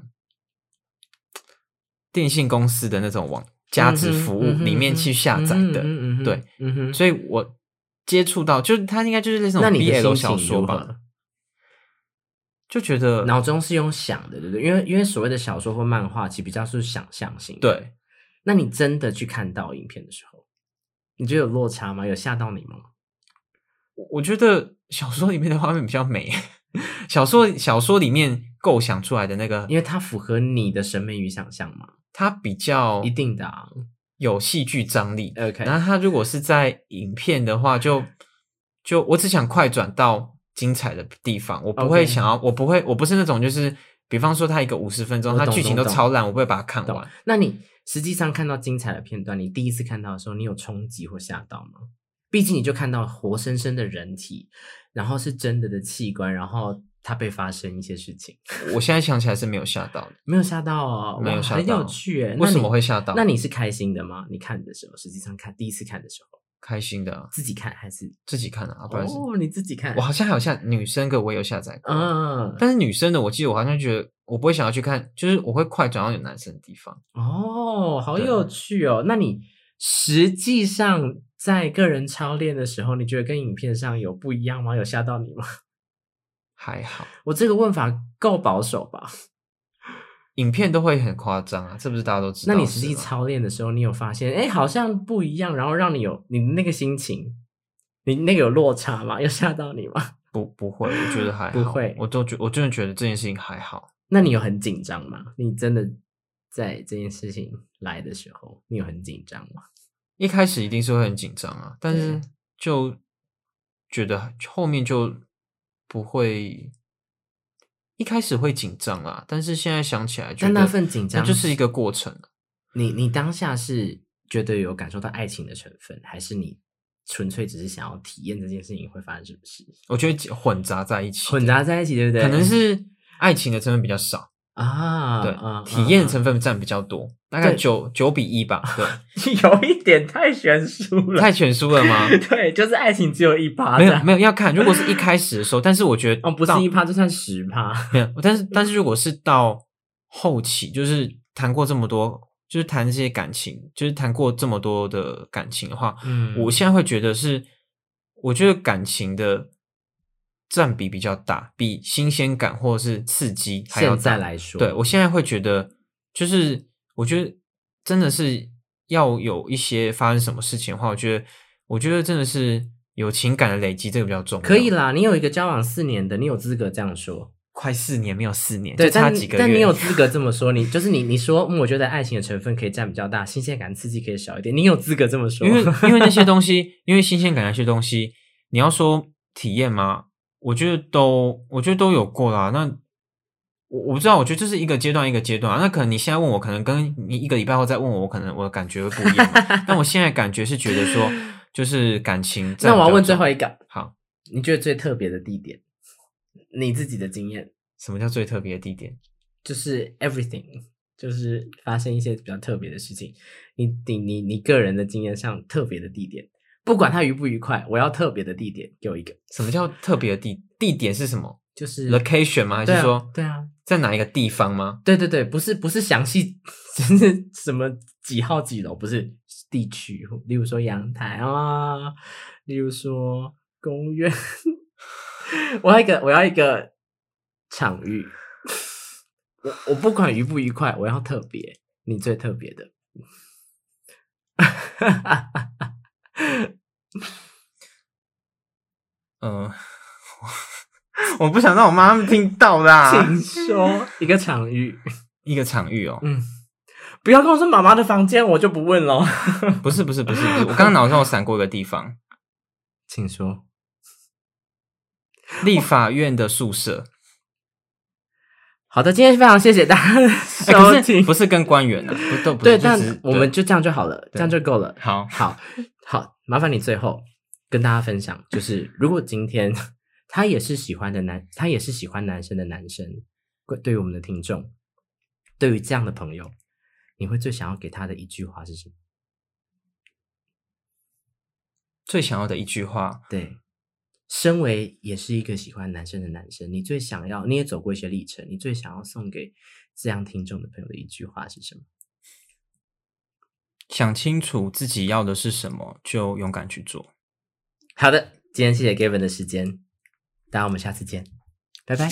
Speaker 2: 电信公司的那种网
Speaker 1: 嗯
Speaker 2: 价值服务里面去下载的，
Speaker 1: 嗯哼嗯哼嗯哼
Speaker 2: 对
Speaker 1: 嗯哼
Speaker 2: 所以我接触到就是它应该就是类似
Speaker 1: 那
Speaker 2: 那种
Speaker 1: 你的
Speaker 2: BL
Speaker 1: 心
Speaker 2: 小
Speaker 1: 情
Speaker 2: 说
Speaker 1: 如
Speaker 2: 吧呃
Speaker 1: 何，
Speaker 2: 就觉得
Speaker 1: 脑中是用想的，对不对？因为因为所谓的小说或漫画，其实比较是想象性的，
Speaker 2: 对，
Speaker 1: 那你真的去看到影片的时候，你觉得有落差吗？有吓到你吗？
Speaker 2: 我我觉得小说里面的画面比较美， 小说小说里面构想出来的那个
Speaker 1: 因，为它符合你的审美与想象嘛，
Speaker 2: 它比较
Speaker 1: 一定的啊。
Speaker 2: 有戏剧张力。
Speaker 1: OK，
Speaker 2: 然后它如果是在影片的话，就就我只想快转到精彩的地方，我不会
Speaker 1: OK
Speaker 2: 想要，我不会，我不是那种就是，比方说它一个五十分钟，
Speaker 1: 我
Speaker 2: 它
Speaker 1: 懂
Speaker 2: 剧情
Speaker 1: 懂
Speaker 2: 都
Speaker 1: 懂
Speaker 2: 超烂，我不会把它看
Speaker 1: 懂
Speaker 2: 完。。
Speaker 1: 那你实际上看到精彩的片段，你第一次看到的时候，你有冲击或吓到吗？毕竟你就看到活生生的人体，然后是真的的器官，然后它被发生一些事情，
Speaker 2: 我现在想起来是没有吓到的，
Speaker 1: 没有吓到哦，
Speaker 2: 没有
Speaker 1: 哇
Speaker 2: 吓
Speaker 1: 很
Speaker 2: 到
Speaker 1: 有趣诶。
Speaker 2: 为什么会
Speaker 1: 吓
Speaker 2: 吓到？
Speaker 1: 那你是开心的吗？你看的时候，实际上看第一次看的时候，
Speaker 2: 开心的啊，
Speaker 1: 自己看还是
Speaker 2: 自己看的啊，不然是
Speaker 1: 哦你自己看？
Speaker 2: 我好像还有下女生的，我也有下载过，
Speaker 1: 嗯，
Speaker 2: 但是女生的，我记得我好像觉得我不会想要去看，就是我会快转到有男生的地方。
Speaker 1: 哦，好
Speaker 2: 对
Speaker 1: 有趣哦！那你实际上在个人操练的时候，你觉得跟影片上有不一样吗？有吓到你吗？
Speaker 2: 还好，
Speaker 1: 我这个问法够保守吧？
Speaker 2: 影片都会很夸张啊，这不是大家都知道
Speaker 1: 那
Speaker 2: 的事
Speaker 1: 你
Speaker 2: 吗？
Speaker 1: 实际操练的时候，你有发现，哎，好像不一样，然后让你有你那个心情，你那个有落差吗？有吓到你吗？
Speaker 2: 不不会，我觉得还好，
Speaker 1: 不会
Speaker 2: 我都觉我真的觉得这件事情还好。
Speaker 1: 那你有很紧张吗？你真的在这件事情来的时候，你有很紧张吗？
Speaker 2: 一开始一定是会很紧张啊，但是
Speaker 1: 对
Speaker 2: 就觉得后面就不会，一开始会紧张啦，但是现在想起来觉
Speaker 1: 但
Speaker 2: 得
Speaker 1: 那份紧张
Speaker 2: 那就是一个过程啊。
Speaker 1: 你你当下是觉得有感受到爱情的成分，还是你纯粹只是想要体验这件事情会发生什么事，
Speaker 2: 我觉得混杂在一起，
Speaker 1: 混杂在一起，对不对？
Speaker 2: 可能是爱情的成分比较少，
Speaker 1: 啊，
Speaker 2: 对，
Speaker 1: 啊
Speaker 2: 体验
Speaker 1: 啊
Speaker 2: 成分占比较多，大概
Speaker 1: 对
Speaker 2: 九九比一吧， 对，
Speaker 1: 嗯有一点太悬殊了，
Speaker 2: 太悬殊了 吗？
Speaker 1: 对，就是爱情只有一趴，
Speaker 2: 没有没有，要看，如果是一开始的时候，但是我觉得
Speaker 1: 哦，不是
Speaker 2: 到
Speaker 1: 一趴就算十趴，
Speaker 2: 没有，但是但是如果是到后期，就是谈过这么多，就是谈这些感情，就是谈过这么多的感情的话，
Speaker 1: 嗯
Speaker 2: 我现在会觉得是，我觉得感情的占比比较大，比新鲜感或者是刺激还要
Speaker 1: 现
Speaker 2: 大
Speaker 1: 在来说，
Speaker 2: 对我现在会觉得，就是我觉得真的是要有一些发生什么事情的话，我觉得我觉得真的是有情感的累积，这个比较重要。
Speaker 1: 可以，啦，你有一个交往四年的，你有资格这样说。
Speaker 2: 快四年没有四年，
Speaker 1: 对，
Speaker 2: 就差
Speaker 1: 但
Speaker 2: 几个月。
Speaker 1: 但你 有资格这么说，你就是你你说，嗯，我觉得爱情的成分可以占比较大，新鲜感、刺激可以少一点，你有资格这么说，
Speaker 2: 因为因为那些东西，因为新鲜感那些东西，你要说体验吗？我觉得都，我觉得都有过啦。那我我不知道，我觉得这是一个阶段一个阶段啊。那可能你现在问我，可能跟你一个礼拜后再问我，我可能我的感觉会不一样嘛。 但我现在感觉是觉得说，就是感情
Speaker 1: 那
Speaker 2: 占比较重。
Speaker 1: 我要问最后一个，
Speaker 2: 好，
Speaker 1: 你觉得最特别的地点，你自己的经验
Speaker 2: 什么叫最特别的地点？
Speaker 1: 就是 everything，就是发生一些比较特别的事情，你你你你个人的经验上特别的地点，不管它愉不愉快，我要特别的地点，给我一个，
Speaker 2: 什么叫特别的地地点是什么
Speaker 1: 就是
Speaker 2: ？location 吗？还
Speaker 1: 对
Speaker 2: 是
Speaker 1: 啊
Speaker 2: 说
Speaker 1: 对啊，
Speaker 2: 在哪一个地方吗？
Speaker 1: 对对对，不是不是详细，就是什么几号几楼，不是地区，例如说阳台啊，例如说公园， 我要一个我要一个场域，我我不管愉不愉快，我要特别，你最特别的，
Speaker 2: 啊嗯、 我不想让我妈他们听到啦。
Speaker 1: 请说一个场域，
Speaker 2: 一个场域哦，
Speaker 1: 嗯，不要跟我说妈妈的房间，我就不问了，
Speaker 2: 不是不是不是不是，我刚刚脑中有闪过一个地 方，
Speaker 1: 请说。
Speaker 2: 立法院的宿舍，
Speaker 1: 好的，今天非常谢谢大家的
Speaker 2: 哎
Speaker 1: 收
Speaker 2: 可是
Speaker 1: 听。
Speaker 2: 不是跟官员啊，不都不
Speaker 1: 对，
Speaker 2: 是，就
Speaker 1: 但
Speaker 2: 只是
Speaker 1: 我们
Speaker 2: 对
Speaker 1: 就这样就好了，这样就够了。
Speaker 2: 好，
Speaker 1: 好，好，麻烦你最后跟大家分享，就是如果今天 他也是喜欢的男，他也是喜欢男生的男生，对对于我们的听众，对于这样的朋友，你会最想要给他的一句话是什么？
Speaker 2: 最想要的一句话，
Speaker 1: 对，身为也是一个喜欢男生的男生，你最想要，你也走过一些历程，你最想要送给这样听众的朋友的一句话是什么？
Speaker 2: 想清楚自己要的是什么，就勇敢去做，
Speaker 1: 好的，今天谢谢 Gavin 的时间，大家我们下次见，拜拜。